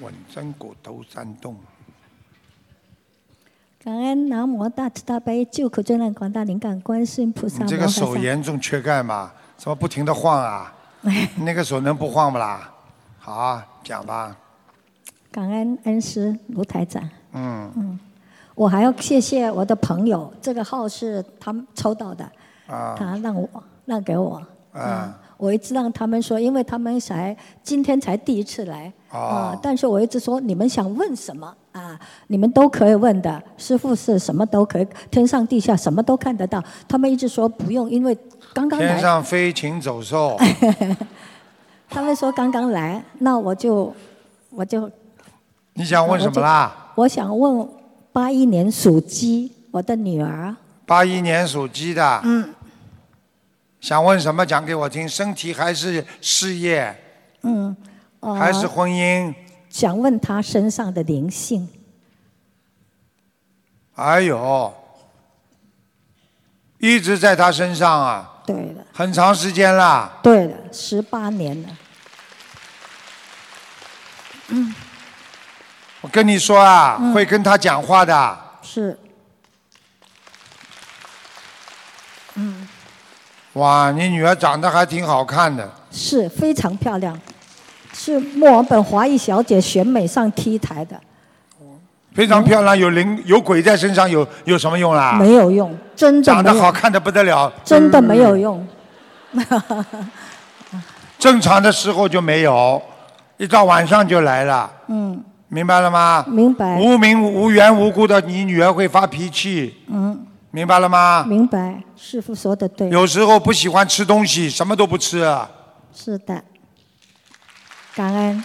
Speaker 2: 稳真骨头酸痛。
Speaker 12: 感恩南无大慈大悲救苦救难广大灵感观世音菩
Speaker 2: 你
Speaker 12: 萨摩
Speaker 2: 这
Speaker 12: 诃
Speaker 2: 个
Speaker 12: 萨。
Speaker 2: 手严重缺钙嘛？怎么不停的晃啊？你那个手能不晃不啦？好啊，讲吧。
Speaker 12: 感恩恩师卢台长，
Speaker 2: 嗯，
Speaker 12: 我还要谢谢我的朋友，这个号是他们抽到的，
Speaker 2: 啊
Speaker 12: 他让我让给我，
Speaker 2: 啊，
Speaker 12: 我一直让他们说，因为他们才今天才第一次来啊、
Speaker 2: 哦
Speaker 12: 但是我一直说你们想问什么啊，你们都可以问的，师傅是什么都可以，天上地下什么都看得到。他们一直说不用，因为刚刚
Speaker 2: 天
Speaker 12: 来，
Speaker 2: 上飞，禽走兽。
Speaker 12: 他们说刚刚来，那我就我就
Speaker 2: 你想问什么啦？
Speaker 12: 我想问，八一年属鸡，我的女儿，
Speaker 2: 八一年属鸡的，
Speaker 12: 嗯
Speaker 2: 想问什么讲给我听？身体还是事业，
Speaker 12: 嗯，呃
Speaker 2: 还是婚姻？
Speaker 12: 想问她身上的灵性，
Speaker 2: 哎呦，一直在他身上啊，
Speaker 12: 对的，
Speaker 2: 很长时间了。
Speaker 12: 对的，十八年了，嗯，
Speaker 2: 我跟你说啊，
Speaker 12: 嗯
Speaker 2: 会跟他讲话的。
Speaker 12: 是，嗯，
Speaker 2: 哇，你女儿长得还挺好看的，
Speaker 12: 是非常漂亮，是墨尔本华裔小姐选美上 T 台的，
Speaker 2: 非常漂亮，有灵有鬼在身上有有什么用啦？
Speaker 12: 没有用，真的
Speaker 2: 长
Speaker 12: 没
Speaker 2: 得
Speaker 12: 有，
Speaker 2: 好看的不得了，
Speaker 12: 真的没有
Speaker 2: 嗯
Speaker 12: 用。
Speaker 2: 正常的时候就没有，一到晚上就来了，
Speaker 12: 嗯
Speaker 2: 明白了吗？
Speaker 12: 明白
Speaker 2: 无名无缘无故的，你女儿会发脾气，
Speaker 12: 嗯，
Speaker 2: 明白了吗？
Speaker 12: 明白，师傅说的对。
Speaker 2: 有时候不喜欢吃东西，什么都不吃。啊
Speaker 12: 是的，感恩。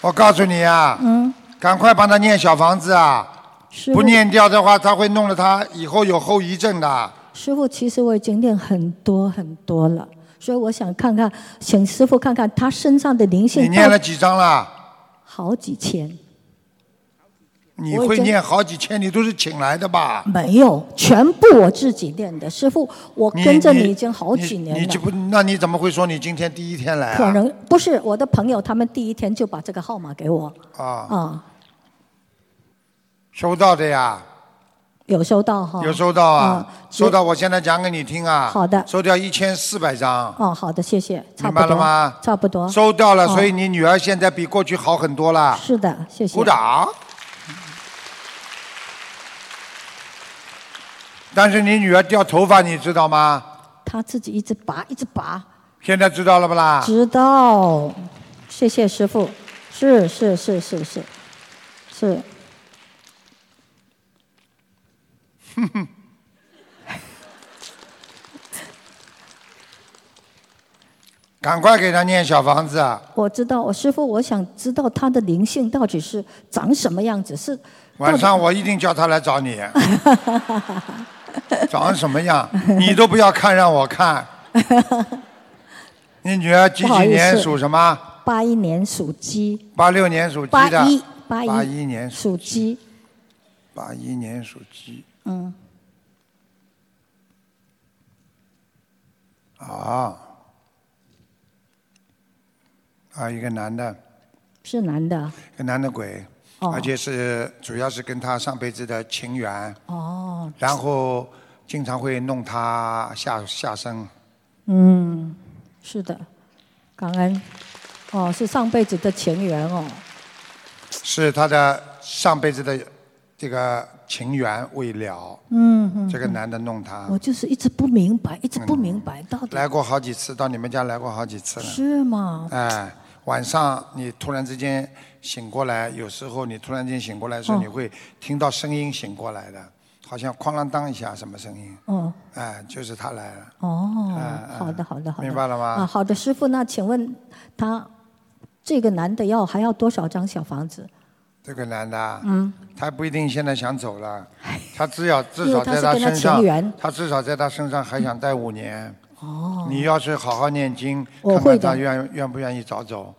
Speaker 2: 我告诉你啊，
Speaker 12: 嗯，
Speaker 2: 赶快帮她念小房子啊！
Speaker 12: 师
Speaker 2: 不
Speaker 12: 傅，
Speaker 2: 念掉的话，她会弄得她以后有后遗症的。
Speaker 12: 师傅，其实我已经念很多很多了，所以我想看看，请师傅看看他身上的灵性。
Speaker 2: 你念了几张了？
Speaker 12: 好几千，
Speaker 2: 你
Speaker 12: 我已
Speaker 2: 会
Speaker 12: 经
Speaker 2: 念好几千，你都是请来的吧？
Speaker 12: 没有，全部我自己念的。师傅，我
Speaker 2: 你
Speaker 12: 跟着已经好几年
Speaker 2: 你就
Speaker 12: 了。
Speaker 2: 不，那你怎么会说你今天第一天来啊？
Speaker 12: 可能不是我的朋友，他们第一天就把这个号码给我
Speaker 2: 啊，
Speaker 12: 啊，
Speaker 2: 收到的呀，
Speaker 12: 有收到哈。
Speaker 2: 有收到啊，
Speaker 12: 只
Speaker 2: 收到。我现在讲给你听啊。
Speaker 12: 哦好的
Speaker 2: 收掉一千四百张，
Speaker 12: 哦，好的，谢谢，差
Speaker 2: 明
Speaker 12: 不
Speaker 2: 白
Speaker 12: 多
Speaker 2: 了吗？
Speaker 12: 差不多。
Speaker 2: 收到了，
Speaker 12: 哦
Speaker 2: 所以你女儿现在比过去好很多了。
Speaker 12: 是的，谢谢。
Speaker 2: 鼓掌。但是你女儿掉头发，你知道吗？
Speaker 12: 他自己一直拔，一直拔，
Speaker 2: 现在知道了不啦？
Speaker 12: 直到，谢谢师傅，是是是是是是，
Speaker 2: 赶快给她念小房子啊！
Speaker 12: 我知道，我师傅，我想知道他的灵性到底是长什么样子，是
Speaker 2: 晚上我一定叫她来找 你。长什么样？你都不要看，让我 看。你女儿几
Speaker 12: 不好
Speaker 2: 几
Speaker 12: 意思
Speaker 2: 年属什么？
Speaker 12: 八一年属鸡，
Speaker 2: 八六年属鸡
Speaker 12: 八
Speaker 2: 的。
Speaker 12: 一八
Speaker 2: 八
Speaker 12: 一
Speaker 2: 一年
Speaker 12: 属鸡，
Speaker 2: 八一年属鸡
Speaker 12: 嗯，
Speaker 2: 啊啊，一个男的，
Speaker 12: 是男的，
Speaker 2: 一个男的鬼，
Speaker 12: 哦
Speaker 2: 而且是主要是跟他上辈子的情缘，
Speaker 12: 哦，
Speaker 2: 然后经常会弄他下下身。
Speaker 12: 嗯，是的，感恩，哦，是上辈子的前缘哦，
Speaker 2: 是他的上辈子的这个情缘未了，
Speaker 12: 嗯嗯，
Speaker 2: 这个
Speaker 12: 嗯
Speaker 2: 男的弄他，
Speaker 12: 我就是一直不明白，一直不明白到底
Speaker 2: 来过好几次，到你们家来过好几次了。
Speaker 12: 是吗？
Speaker 2: 哎，晚上你突然之间醒过来，有时候你突然间醒过来的时候，
Speaker 12: 嗯
Speaker 2: 你会听到声音醒过来的，好像哐啷当一下什么声音，
Speaker 12: 哦
Speaker 2: 哎，就是他来了，
Speaker 12: 哦
Speaker 2: 哎，
Speaker 12: 好的好的好的，
Speaker 2: 明白了
Speaker 12: 啊，
Speaker 2: 吗？
Speaker 12: 好的，师傅，那请问他这个男的要还要多少张小房子？
Speaker 2: 这个男的啊，
Speaker 12: 嗯，哎
Speaker 2: 他不一定现在想走了，他至少至
Speaker 12: 因
Speaker 2: 少
Speaker 12: 为他
Speaker 2: 在
Speaker 12: 是跟他
Speaker 2: 身
Speaker 12: 情
Speaker 2: 上
Speaker 12: 缘，
Speaker 2: 他至少在他身上还想待五年。
Speaker 12: 哦，
Speaker 2: 你要是好好念经，
Speaker 12: 我
Speaker 2: 看看
Speaker 12: 会的
Speaker 2: 他愿愿不愿意早走，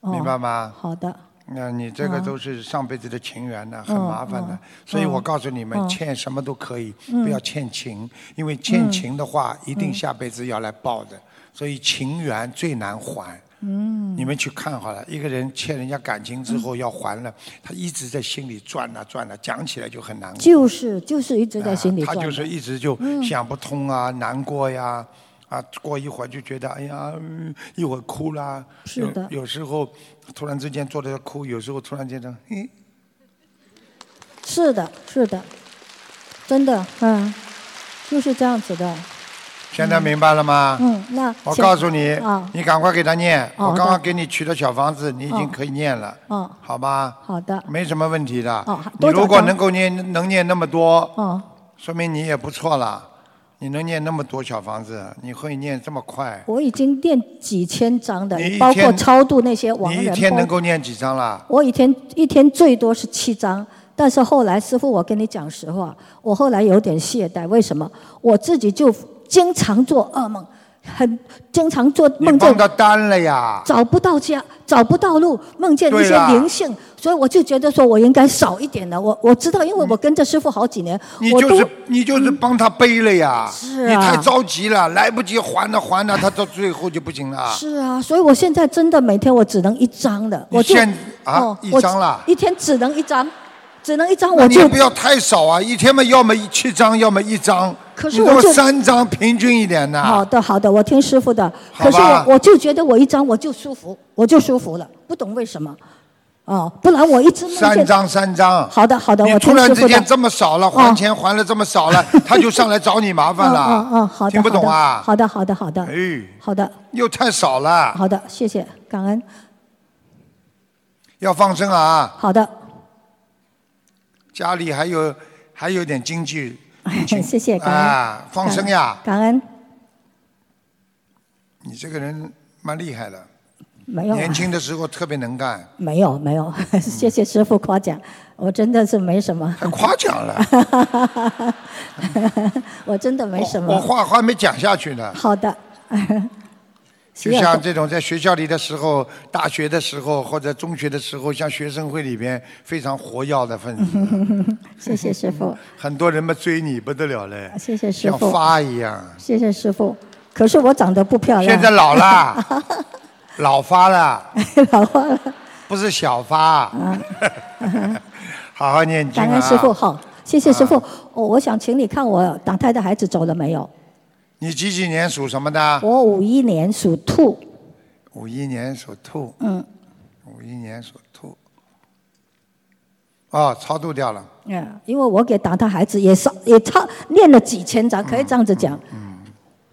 Speaker 12: 哦
Speaker 2: 明白吗？
Speaker 12: 好的，
Speaker 2: 那你这个
Speaker 12: 嗯
Speaker 2: 都是上辈子的情缘呢，很
Speaker 12: 嗯
Speaker 2: 麻烦的
Speaker 12: 嗯。
Speaker 2: 所以
Speaker 12: 嗯
Speaker 2: 我告诉你们，
Speaker 12: 嗯
Speaker 2: 欠什么都可以，
Speaker 12: 嗯
Speaker 2: 不要欠情，因为欠
Speaker 12: 嗯
Speaker 2: 情的话，一定
Speaker 12: 嗯
Speaker 2: 下辈子要来报的。所以情缘最难还。
Speaker 12: 嗯，
Speaker 2: 你们去看好了，一个人欠人家感情之后要还了，他一直在心里转啊转啊，讲起来就很难过。
Speaker 12: 就是就是一直在心里
Speaker 2: 啊呃他
Speaker 12: 转
Speaker 2: 就
Speaker 12: 的，
Speaker 2: 是一直就
Speaker 12: 嗯
Speaker 2: 想不通啊，难过呀，啊，过一会儿就觉得哎呀，嗯一会儿哭啦，嗯
Speaker 12: 是的
Speaker 2: 有有时候突然之间坐着哭，有时候突然间的，嗯，
Speaker 12: 是的，是的，真的，嗯，就是这样子的，
Speaker 2: 现在明白了吗？
Speaker 12: 嗯，那
Speaker 2: 啊我
Speaker 12: 请
Speaker 2: 告诉你
Speaker 12: 啊，
Speaker 2: 你赶快给他念。
Speaker 12: 哦
Speaker 2: 我刚
Speaker 12: 好
Speaker 2: 刚
Speaker 12: 的
Speaker 2: 给你取的小房子，你已经
Speaker 12: 哦
Speaker 2: 可以念了，
Speaker 12: 嗯，
Speaker 2: 好吧？
Speaker 12: 好的，
Speaker 2: 没什么问题的
Speaker 12: 哦。
Speaker 2: 你
Speaker 12: 多找
Speaker 2: 如果
Speaker 12: 张
Speaker 2: 能够念能念那么多，
Speaker 12: 哦，
Speaker 2: 说明你也不错了。你能念那么多小房子，你会念这么快？
Speaker 12: 我已经念几千章的
Speaker 2: 你一，
Speaker 12: 包括
Speaker 2: 天
Speaker 12: 超度那些亡
Speaker 2: 你一
Speaker 12: 人。
Speaker 2: 天
Speaker 12: 包
Speaker 2: 能够念几张啦？
Speaker 12: 我一天一天最多是七张，但是后来师傅，我跟你讲实话，我后来有点懈怠，为什么？我自己就经常做噩梦，很经常做
Speaker 2: 你
Speaker 12: 梦
Speaker 2: 帮
Speaker 12: 见
Speaker 2: 他担了呀。
Speaker 12: 找不到家，找不到路，梦见一
Speaker 2: 对
Speaker 12: 些
Speaker 2: 啦
Speaker 12: 灵性，所以我就觉得说我应该少一点的。我我知道，因
Speaker 2: 嗯
Speaker 12: 为我跟着师傅好几年，
Speaker 2: 你
Speaker 12: 我
Speaker 2: 就
Speaker 12: 都嗯
Speaker 2: 是你就是帮他背了呀，
Speaker 12: 是
Speaker 2: 你
Speaker 12: 啊
Speaker 2: 太着急了，来不及还了还了，他到最后就不行了。
Speaker 12: 是啊，所以我现在真的每天我只能一张的，
Speaker 2: 你
Speaker 12: 我就
Speaker 2: 现啊
Speaker 12: 哦
Speaker 2: 一
Speaker 12: 我
Speaker 2: 张啦
Speaker 12: 一天只能一张，只能一张，
Speaker 2: 那
Speaker 12: 我
Speaker 2: 你也
Speaker 12: 就
Speaker 2: 不要太少啊，一天嘛，要么七张，要么一张，
Speaker 12: 可是
Speaker 2: 你
Speaker 12: 我
Speaker 2: 给
Speaker 12: 就
Speaker 2: 三张，平均一点呐、
Speaker 12: 好的，好的，我听师傅的。
Speaker 2: 好
Speaker 12: 可是
Speaker 2: 吧
Speaker 12: 我我就觉得我一张我就舒服，我就舒服了，不懂为什么。哦，不然我一直梦见
Speaker 2: 三张，三张。
Speaker 12: 好的好的
Speaker 2: 你
Speaker 12: 我
Speaker 2: 突
Speaker 12: 听
Speaker 2: 然
Speaker 12: 师
Speaker 2: 之
Speaker 12: 傅
Speaker 2: 间
Speaker 12: 的。啊
Speaker 2: 这么少了，还钱还了这么少 了，他就上来找你麻烦了。
Speaker 12: 嗯嗯，好的，
Speaker 2: 听不懂啊？
Speaker 12: 好的好的好的好的
Speaker 2: 哎，
Speaker 12: 好的
Speaker 2: 又太少了，
Speaker 12: 好的，谢谢，感恩。
Speaker 2: 要放生啊！
Speaker 12: 好的，
Speaker 2: 家里还有还有点经济
Speaker 12: 谢谢感恩。
Speaker 2: 啊，放生呀！
Speaker 12: 感恩
Speaker 2: 你这个人蛮厉害的，
Speaker 12: 没有啊
Speaker 2: 年轻的时候特别能干。
Speaker 12: 没有没有， 谢谢师傅夸奖，我真的是没什么。
Speaker 2: 夸奖了，
Speaker 12: 我真的没什么。
Speaker 2: 我话还没讲下去呢。
Speaker 12: 好的，
Speaker 2: 就像这种在学校里的时候、大学的时候或者中学的时候，像学生会里边非常活跃的分子，
Speaker 12: 嗯谢谢师傅， 啊
Speaker 2: 很多人嘛追你不得了嘞，
Speaker 12: 谢谢师
Speaker 2: 像
Speaker 12: 傅，
Speaker 2: 发一样。
Speaker 12: 谢谢师傅。可是我长得不漂亮。
Speaker 2: 现在老了，老发了，
Speaker 12: 老化了。啊
Speaker 2: 不是小发。 好好念经
Speaker 12: 感
Speaker 2: 啊！
Speaker 12: 恩师傅好，谢谢师傅。我我想请你看我打胎的孩子走了没有？
Speaker 2: 你几几年属什么的？
Speaker 12: 我五一年属兔，
Speaker 2: 五一年属兔，
Speaker 12: 嗯
Speaker 2: 五一年属兔。哦，超度掉了。
Speaker 12: 嗯，因为我给打胎孩子也少也差念了几千张，可以这样子讲。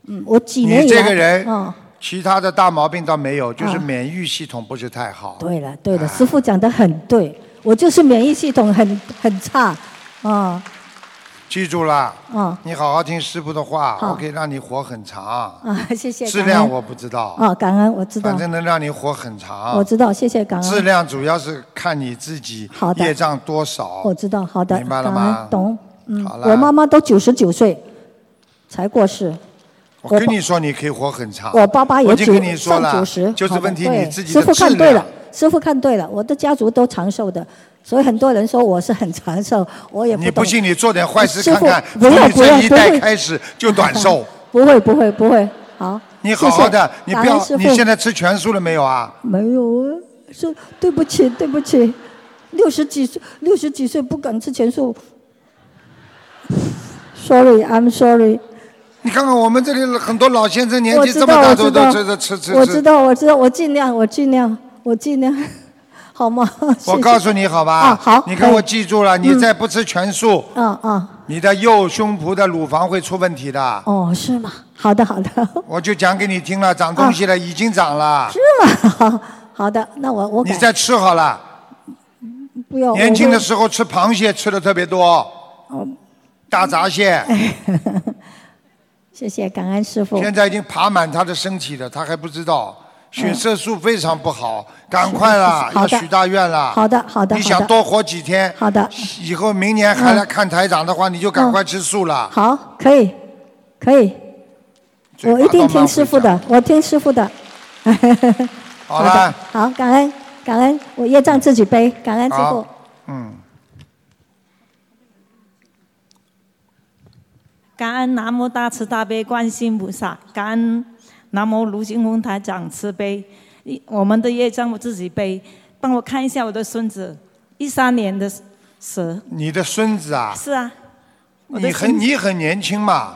Speaker 12: 嗯我几年
Speaker 2: 你
Speaker 12: 以来
Speaker 2: 这个人
Speaker 12: 嗯，
Speaker 2: 其他的大毛病倒没有，就是
Speaker 12: 啊
Speaker 2: 免疫系统不是太好。
Speaker 12: 对了对了，师傅讲的很对，我就是免疫系统很很差，啊、
Speaker 2: 记住了，
Speaker 12: 嗯
Speaker 2: 你好好听师傅的话，
Speaker 12: 好
Speaker 2: 我可以让你活很长。
Speaker 12: 啊，谢谢。
Speaker 2: 质
Speaker 12: 感恩
Speaker 2: 量我不知道，
Speaker 12: 啊、感恩我知道
Speaker 2: 反，正能让你活很长。
Speaker 12: 我知道，谢谢感恩。
Speaker 2: 质量主要是看你自己
Speaker 12: 好的
Speaker 2: 业障多少。
Speaker 12: 我知道，好的，
Speaker 2: 明白了
Speaker 12: 感恩
Speaker 2: 吗
Speaker 12: 懂，嗯
Speaker 2: 好，了
Speaker 12: 我妈妈都九十九岁才过世，
Speaker 2: 我跟你说，你可以活很长。
Speaker 12: 我爸爸
Speaker 2: 我
Speaker 12: 也
Speaker 2: 已经
Speaker 12: 九
Speaker 2: 跟你说
Speaker 12: 上
Speaker 2: 了
Speaker 12: 九十，，
Speaker 2: 就是
Speaker 12: 好的
Speaker 2: 问题
Speaker 12: 对
Speaker 2: 你自己
Speaker 12: 师
Speaker 2: 的
Speaker 12: 傅
Speaker 2: 质
Speaker 12: 看对
Speaker 2: 量
Speaker 12: 了。，师傅看对了，我的家族都长寿的，所以很多人说我是很长寿，我也不
Speaker 2: 你
Speaker 12: 懂
Speaker 2: 不信，你做点坏事
Speaker 12: 师
Speaker 2: 看
Speaker 12: 傅
Speaker 2: 看，
Speaker 12: 不
Speaker 2: 从
Speaker 12: 要
Speaker 2: 你
Speaker 12: 不要
Speaker 2: 这一
Speaker 12: 不
Speaker 2: 代
Speaker 12: 会
Speaker 2: 开始就短 寿。
Speaker 12: 不会不会不会，好，
Speaker 2: 你好好的，
Speaker 12: 谢
Speaker 2: 你
Speaker 12: 谢
Speaker 2: 不要
Speaker 12: 感恩师，
Speaker 2: 你
Speaker 12: 父
Speaker 2: 现在吃全素了没有啊？
Speaker 12: 没有啊，是对不起对不起，六十几岁六十几岁不敢吃全素，sorry，I'm sorry。
Speaker 2: 你看看我们这里很多老先生年
Speaker 12: 我
Speaker 2: 纪
Speaker 12: 知
Speaker 2: 这
Speaker 12: 道，
Speaker 2: 么大
Speaker 12: 我
Speaker 2: 都都
Speaker 12: 知道，
Speaker 2: 吃吃吃吃。
Speaker 12: 我知。道，我知道，我尽量，我尽量，我尽量， 好吗？
Speaker 2: 我
Speaker 12: 谢谢
Speaker 2: 告诉你好吧，
Speaker 12: 啊好嗯
Speaker 2: 你给我
Speaker 12: 可以
Speaker 2: 记住了，你再不吃全素，
Speaker 12: 嗯嗯，
Speaker 2: 你的右胸脯的乳房会出问题的。
Speaker 12: 哦，是吗？好的，好的，
Speaker 2: 我就讲给你听了，长东西了，已经长了，
Speaker 12: 啊 是吗？好的，那我我
Speaker 2: 啊你
Speaker 12: 改，
Speaker 2: 再吃好了。
Speaker 12: 不要
Speaker 2: 年轻的
Speaker 12: 候，
Speaker 2: 时候吃螃蟹吃的特别多，
Speaker 12: 哦
Speaker 2: 大闸蟹，
Speaker 12: 谢谢感恩师傅，
Speaker 2: 现在已经爬满他的身体了，他还不知
Speaker 12: 哦
Speaker 2: 道。血色素非常不好，赶快啦，
Speaker 12: 好
Speaker 2: 要
Speaker 12: 的
Speaker 2: 许大愿啦。
Speaker 12: 好的好的
Speaker 2: 你
Speaker 12: 好
Speaker 2: 想
Speaker 12: 的
Speaker 2: 多活几天？
Speaker 12: 好的，
Speaker 2: 以后明年还来
Speaker 12: 嗯
Speaker 2: 看台长的话，你就赶快吃素了。
Speaker 12: 好，可以，可以，
Speaker 2: 嘴巴
Speaker 12: 我一定
Speaker 2: 都蛮
Speaker 12: 听师傅的，我听师傅的，
Speaker 2: 好
Speaker 12: 的
Speaker 2: 了，，
Speaker 12: 好，感恩感恩，我业障自己背，感哎恩师傅
Speaker 2: 好。嗯，
Speaker 13: 感恩南无大慈大悲观世音菩萨，感恩南无卢金红台长慈悲。一我们的业障我自己背，帮我看一下我的孙子，一三年的蛇。
Speaker 2: 你的孙子啊，
Speaker 13: 是啊，我的
Speaker 2: 你
Speaker 13: 孙
Speaker 2: 很
Speaker 13: 子
Speaker 2: 你很年轻 嘛，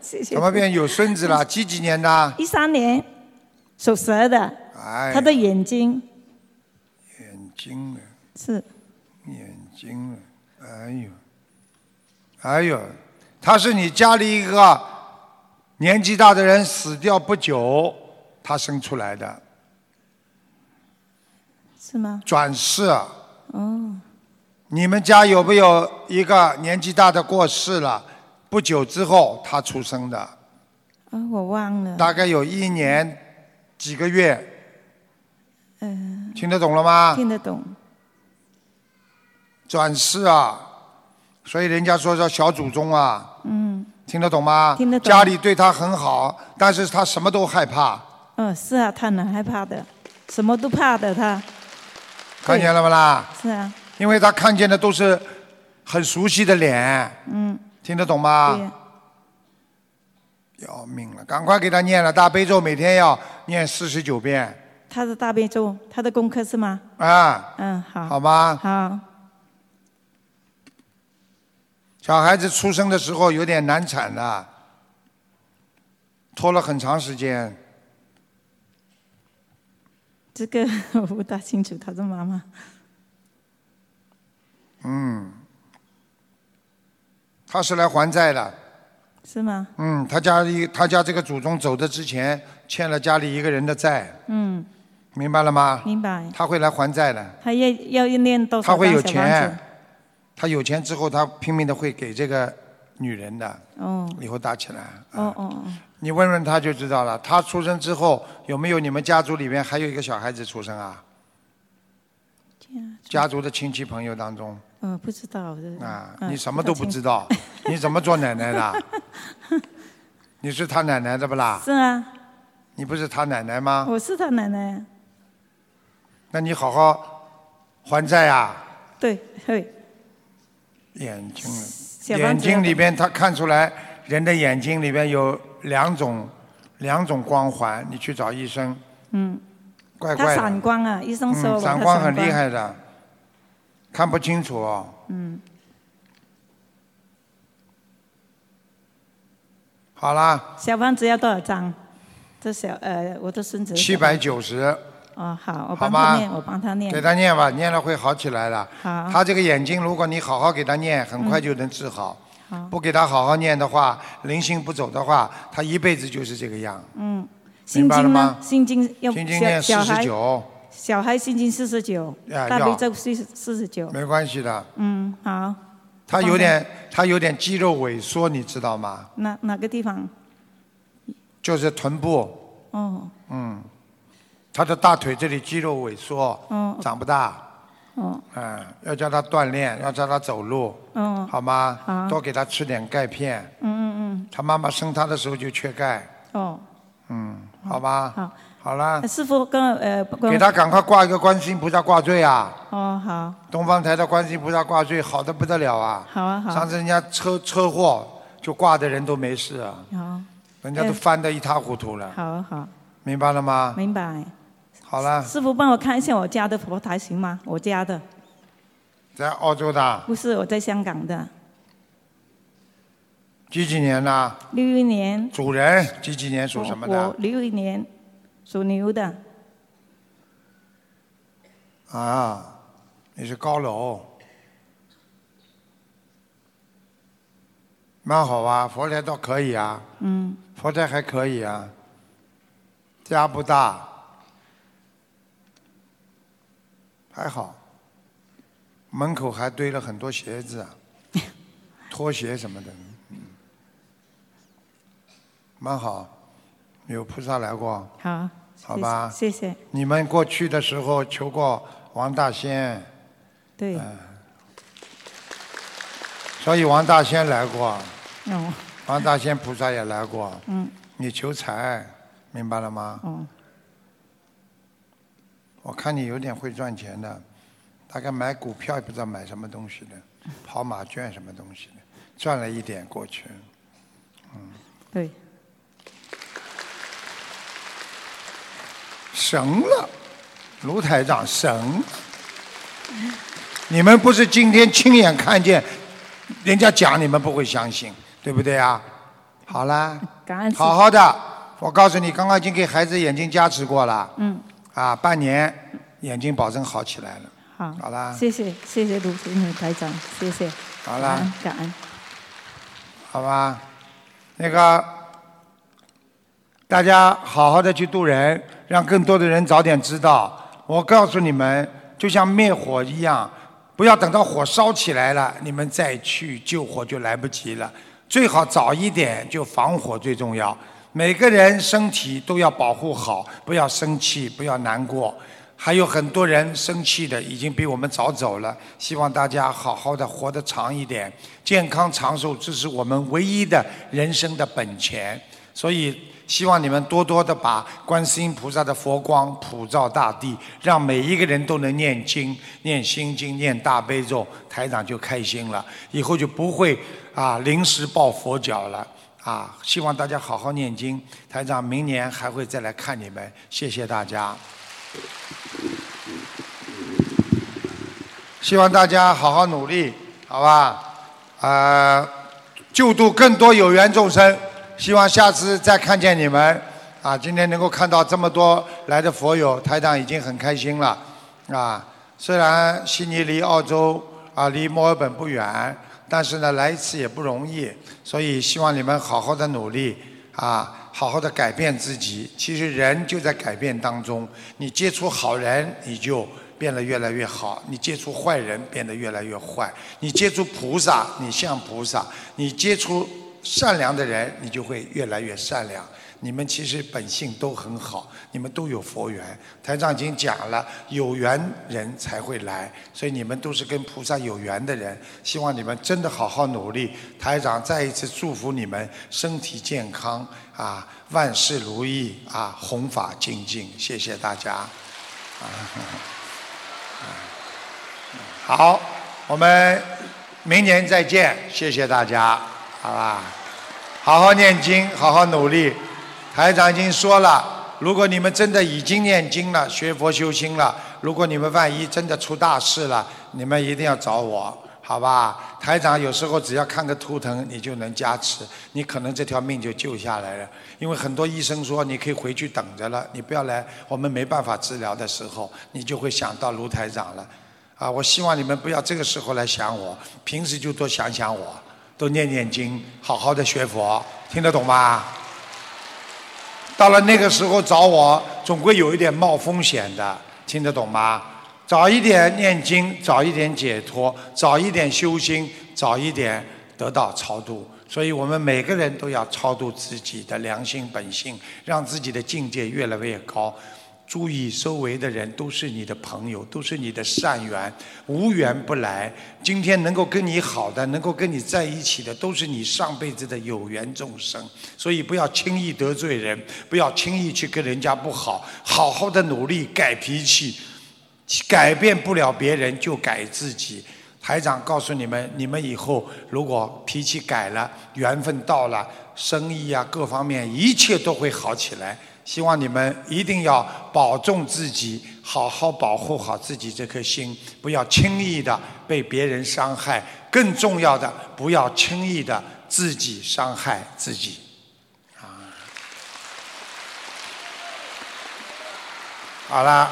Speaker 13: 谢谢。
Speaker 2: 怎么变有孙子了？几几年的？
Speaker 13: 一三年属蛇的，
Speaker 2: 哎，
Speaker 13: 他的眼睛
Speaker 2: 眼睛了，
Speaker 13: 是
Speaker 2: 眼睛了，哎呦，哎呦，他是你家里一个年纪大的人死掉不久，他生出来的
Speaker 13: 是吗？
Speaker 2: 转世。啊
Speaker 13: 哦，
Speaker 2: 你们家有没有一个年纪大的过世了，不久之后他出生的，
Speaker 13: 啊，我忘了，
Speaker 2: 大概有一年几个月，
Speaker 13: 嗯、
Speaker 2: 听得懂了吗？
Speaker 13: 听得懂。
Speaker 2: 转世啊，所以人家说叫小祖宗啊，
Speaker 13: 嗯
Speaker 2: 听得懂吗？
Speaker 13: 听得懂
Speaker 2: 家里对他很好，但是他什么都害怕，
Speaker 13: 嗯，是啊，他很害怕的，什么都怕的他，
Speaker 2: 看见了不啦？
Speaker 13: 是啊，
Speaker 2: 因为他看见的都是很熟悉的脸，
Speaker 13: 嗯，
Speaker 2: 听得懂吗？
Speaker 13: 对呀
Speaker 2: 要命了，赶快给他念了大悲咒，每天要念四十九遍
Speaker 13: 他的大悲咒，他的功课是吗？
Speaker 2: 啊，
Speaker 13: 嗯，好，
Speaker 2: 好吗？
Speaker 13: 好，
Speaker 2: 小孩子出生的时候有点难产的，拖了很长时间。
Speaker 13: 这个我不大清楚他的妈妈，
Speaker 2: 嗯，他是来还债的。
Speaker 13: 是吗？
Speaker 2: 嗯，他家里他家这个祖宗走的之前欠了家里一个人的债，
Speaker 13: 嗯，
Speaker 2: 明白了吗？
Speaker 13: 明白，
Speaker 2: 他会来还债的，
Speaker 13: 他要要念多少
Speaker 2: 他
Speaker 13: 张
Speaker 2: 会有
Speaker 13: 小房
Speaker 2: 钱
Speaker 13: 子？，
Speaker 2: 他有钱之后，他拼命的会给这个女人的，
Speaker 13: 哦，
Speaker 2: 以后打起来。
Speaker 13: 哦哦哦，
Speaker 2: 你问问他就知道了。他出生之后有没有你们家族里面还有一个小孩子出生啊？
Speaker 13: 这样，
Speaker 2: 家族的亲戚朋友当中
Speaker 13: 嗯，不知道的
Speaker 2: 啊，
Speaker 13: 嗯
Speaker 2: 你什么都不知
Speaker 13: 清
Speaker 2: 道，你怎么做奶奶的？ 你是他奶奶的不啦？
Speaker 13: 是啊，
Speaker 2: 你不是他奶奶吗？
Speaker 13: 我是他奶奶，
Speaker 2: 那你好好还债啊！
Speaker 13: 对对，
Speaker 2: 眼睛了
Speaker 13: 小房子
Speaker 2: 眼睛里边他看出来，人的眼睛里边有两种两种光环，你去找医生，
Speaker 13: 嗯，
Speaker 2: 怪
Speaker 13: 他
Speaker 2: 怪的。
Speaker 13: 闪光啊，医生说
Speaker 2: 嗯，
Speaker 13: 我
Speaker 2: 散
Speaker 13: 他
Speaker 2: 光很厉害的，看不清楚哦。
Speaker 13: 嗯，
Speaker 2: 好啦，
Speaker 13: 小房子要多少张？这小呃，我的孙子
Speaker 2: 七百九十，
Speaker 13: 哦，好，
Speaker 2: 好
Speaker 13: 我帮
Speaker 2: 吗
Speaker 13: 他念，我帮他念，
Speaker 2: 给他念吧，念了会好起来的。
Speaker 13: 好，
Speaker 2: 他这个眼睛，如果你好好给他念，很快就能治好。
Speaker 13: 好，
Speaker 2: 不给他好好念的话，灵性不走的话，他一辈子就是这个样。
Speaker 13: 嗯，
Speaker 2: 明
Speaker 13: 心
Speaker 2: 白了
Speaker 13: 经
Speaker 2: 吗
Speaker 13: 呢？心经要
Speaker 2: 心经
Speaker 13: 小
Speaker 2: 念
Speaker 13: 小
Speaker 2: 四十
Speaker 13: 孩
Speaker 2: 九，
Speaker 13: 小孩心经四十九，
Speaker 2: 啊
Speaker 13: 大悲
Speaker 2: 要
Speaker 13: 咒四四十九。
Speaker 2: 没关系的。
Speaker 13: 嗯，好。
Speaker 2: 他
Speaker 13: 放
Speaker 2: 有
Speaker 13: 在
Speaker 2: 点，他有点肌肉萎缩，你知道吗？
Speaker 13: 哪哪个地方？
Speaker 2: 就是臀部，
Speaker 13: 哦
Speaker 2: 嗯，他的大腿这里肌肉萎缩，
Speaker 13: 哦
Speaker 2: 长不大，
Speaker 13: 哦
Speaker 2: 嗯，要叫他锻炼，要叫他走路，
Speaker 13: 哦，
Speaker 2: 好吗？
Speaker 13: 好
Speaker 2: 多给他吃点钙片。
Speaker 13: 嗯嗯
Speaker 2: 他妈妈生他的时候就缺钙，
Speaker 13: 嗯，哦，
Speaker 2: 嗯，好吧，
Speaker 13: 好，
Speaker 2: 好啦
Speaker 13: 呃，师傅跟呃跟
Speaker 2: 啊给他赶快挂一个观世音菩萨挂坠啊！
Speaker 13: 哦，好，
Speaker 2: 东方台的观世音菩萨挂坠好的不得了啊！
Speaker 13: 好啊好啊
Speaker 2: 上次人家车车祸就挂的人都没事啊，
Speaker 13: 好，
Speaker 2: 人家都
Speaker 13: 哎
Speaker 2: 翻得一塌糊涂了，
Speaker 13: 好啊好，
Speaker 2: 明白了吗？
Speaker 13: 明白。
Speaker 2: 啊好了，
Speaker 13: 师傅帮我看一下我家的佛台行吗？我家的
Speaker 2: 在澳洲的
Speaker 13: 不是我在香港的，
Speaker 2: 几几年的？
Speaker 13: 六一年，
Speaker 2: 主人几几年属什么
Speaker 13: 我
Speaker 2: 的？
Speaker 13: 六一年属牛的，
Speaker 2: 啊，你是高楼，蛮好啊，佛台倒可以啊。
Speaker 13: 嗯，
Speaker 2: 佛台还可以啊，家不大，还好，门口还堆了很多鞋子 啊，拖鞋什么的，嗯，蛮好，有菩萨来过。
Speaker 13: 好，
Speaker 2: 好吧
Speaker 13: 谢谢，谢谢
Speaker 2: 你们过去的时候求过王大仙，呃
Speaker 13: 对，
Speaker 2: 所以王大仙来过，
Speaker 13: 哦，
Speaker 2: 王大仙菩萨也来过。
Speaker 13: 嗯，
Speaker 2: 你求财，明白了吗？
Speaker 13: 哦，
Speaker 2: 我看你有点会赚钱的，大概买股票也不知道买什么东西的，跑马券什么东西的，赚了一点过去。
Speaker 13: 对，
Speaker 2: 神了，卢台长神了。你们不是今天亲眼看见，人家讲你们不会相信，对不对啊？好啦，
Speaker 13: 感恩师父
Speaker 2: 好好的，我告诉你，刚刚已经给孩子眼睛加持过了，
Speaker 13: 嗯，
Speaker 2: 啊，半年眼睛保证好起来了。
Speaker 13: 好，
Speaker 2: 好啦
Speaker 13: 谢谢谢谢卢先生台长，谢谢，
Speaker 2: 好啦
Speaker 13: 感恩感恩，
Speaker 2: 好吧，那个大家好好的去度人，让更多的人早点知道。我告诉你们，就像灭火一样，不要等到火烧起来了，你们再去救火就来不及了。最好早一点就防火最重要。每个人身体都要保护好，不要生气，不要难过。还有很多人生气的已经比我们早走了，希望大家好好的活得长一点，健康长寿，这是我们唯一的人生的本钱。所以希望你们多多的把观世音菩萨的佛光普照大地，让每一个人都能念经、念心经、念大悲咒，台长就开心了，以后就不会啊临时抱佛脚了啊！希望大家好好念经，台长明年还会再来看你们，谢谢大家。希望大家好好努力，好吧？啊、救度更多有缘众生。希望下次再看见你们，啊，今天能够看到这么多来的佛友，台长已经很开心了，啊，虽然悉尼离澳洲啊离墨尔本不远，但是呢来一次也不容易，所以希望你们好好的努力，啊，好好的改变自己。其实人就在改变当中，你接触好人，你就变得越来越好；你接触坏人，变得越来越坏；你接触菩萨，你像菩萨；你接触善良的人，你就会越来越善良。你们其实本性都很好，你们都有佛缘。台长已经讲了，有缘人才会来，所以你们都是跟菩萨有缘的人。希望你们真的好好努力。台长再一次祝福你们身体健康啊，万事如意啊，弘法精进。谢谢大家。啊，好，我们明年再见，谢谢大家，好吧？好好念经，好好努力。台长已经说了，如果你们真的已经念经了，学佛修心了，如果你们万一真的出大事了，你们一定要找我，好吧？台长有时候只要看个图腾，你就能加持，你可能这条命就救下来了。因为很多医生说你可以回去等着了，你不要来我们没办法治疗的时候，你就会想到卢台长了。啊，我希望你们不要这个时候来想我，平时就多想想我，多念念经，好好的学佛，听得懂吗？到了那个时候找我，总归有一点冒风险的，听得懂吗？早一点念经，早一点解脱，早一点修心，早一点得到超度。所以我们每个人都要超度自己的良心本性，让自己的境界越来越高。注意周围的人都是你的朋友，都是你的善缘，无缘不来。今天能够跟你好的，能够跟你在一起的，都是你上辈子的有缘众生。所以不要轻易得罪人，不要轻易去跟人家不好，好好的努力改脾气，改变不了别人就改自己。台长告诉你们，你们以后如果脾气改了，缘分到了，生意啊各方面一切都会好起来。希望你们一定要保重自己，好好保护好自己这颗心，不要轻易的被别人伤害。更重要的，不要轻易的自己伤害自己。啊，好啦，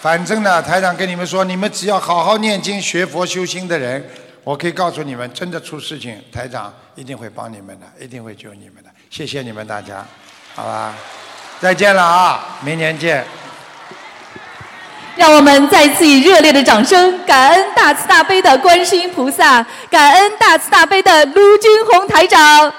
Speaker 2: 反正呢，台长跟你们说，你们只要好好念经、学佛、修心的人，我可以告诉你们，真的出事情，台长一定会帮你们的，一定会救你们的。谢谢你们大家，好吧。再见了啊，明年见。
Speaker 1: 让我们再次以热烈的掌声，感恩大慈大悲的观世音菩萨，感恩大慈大悲的卢军红台长。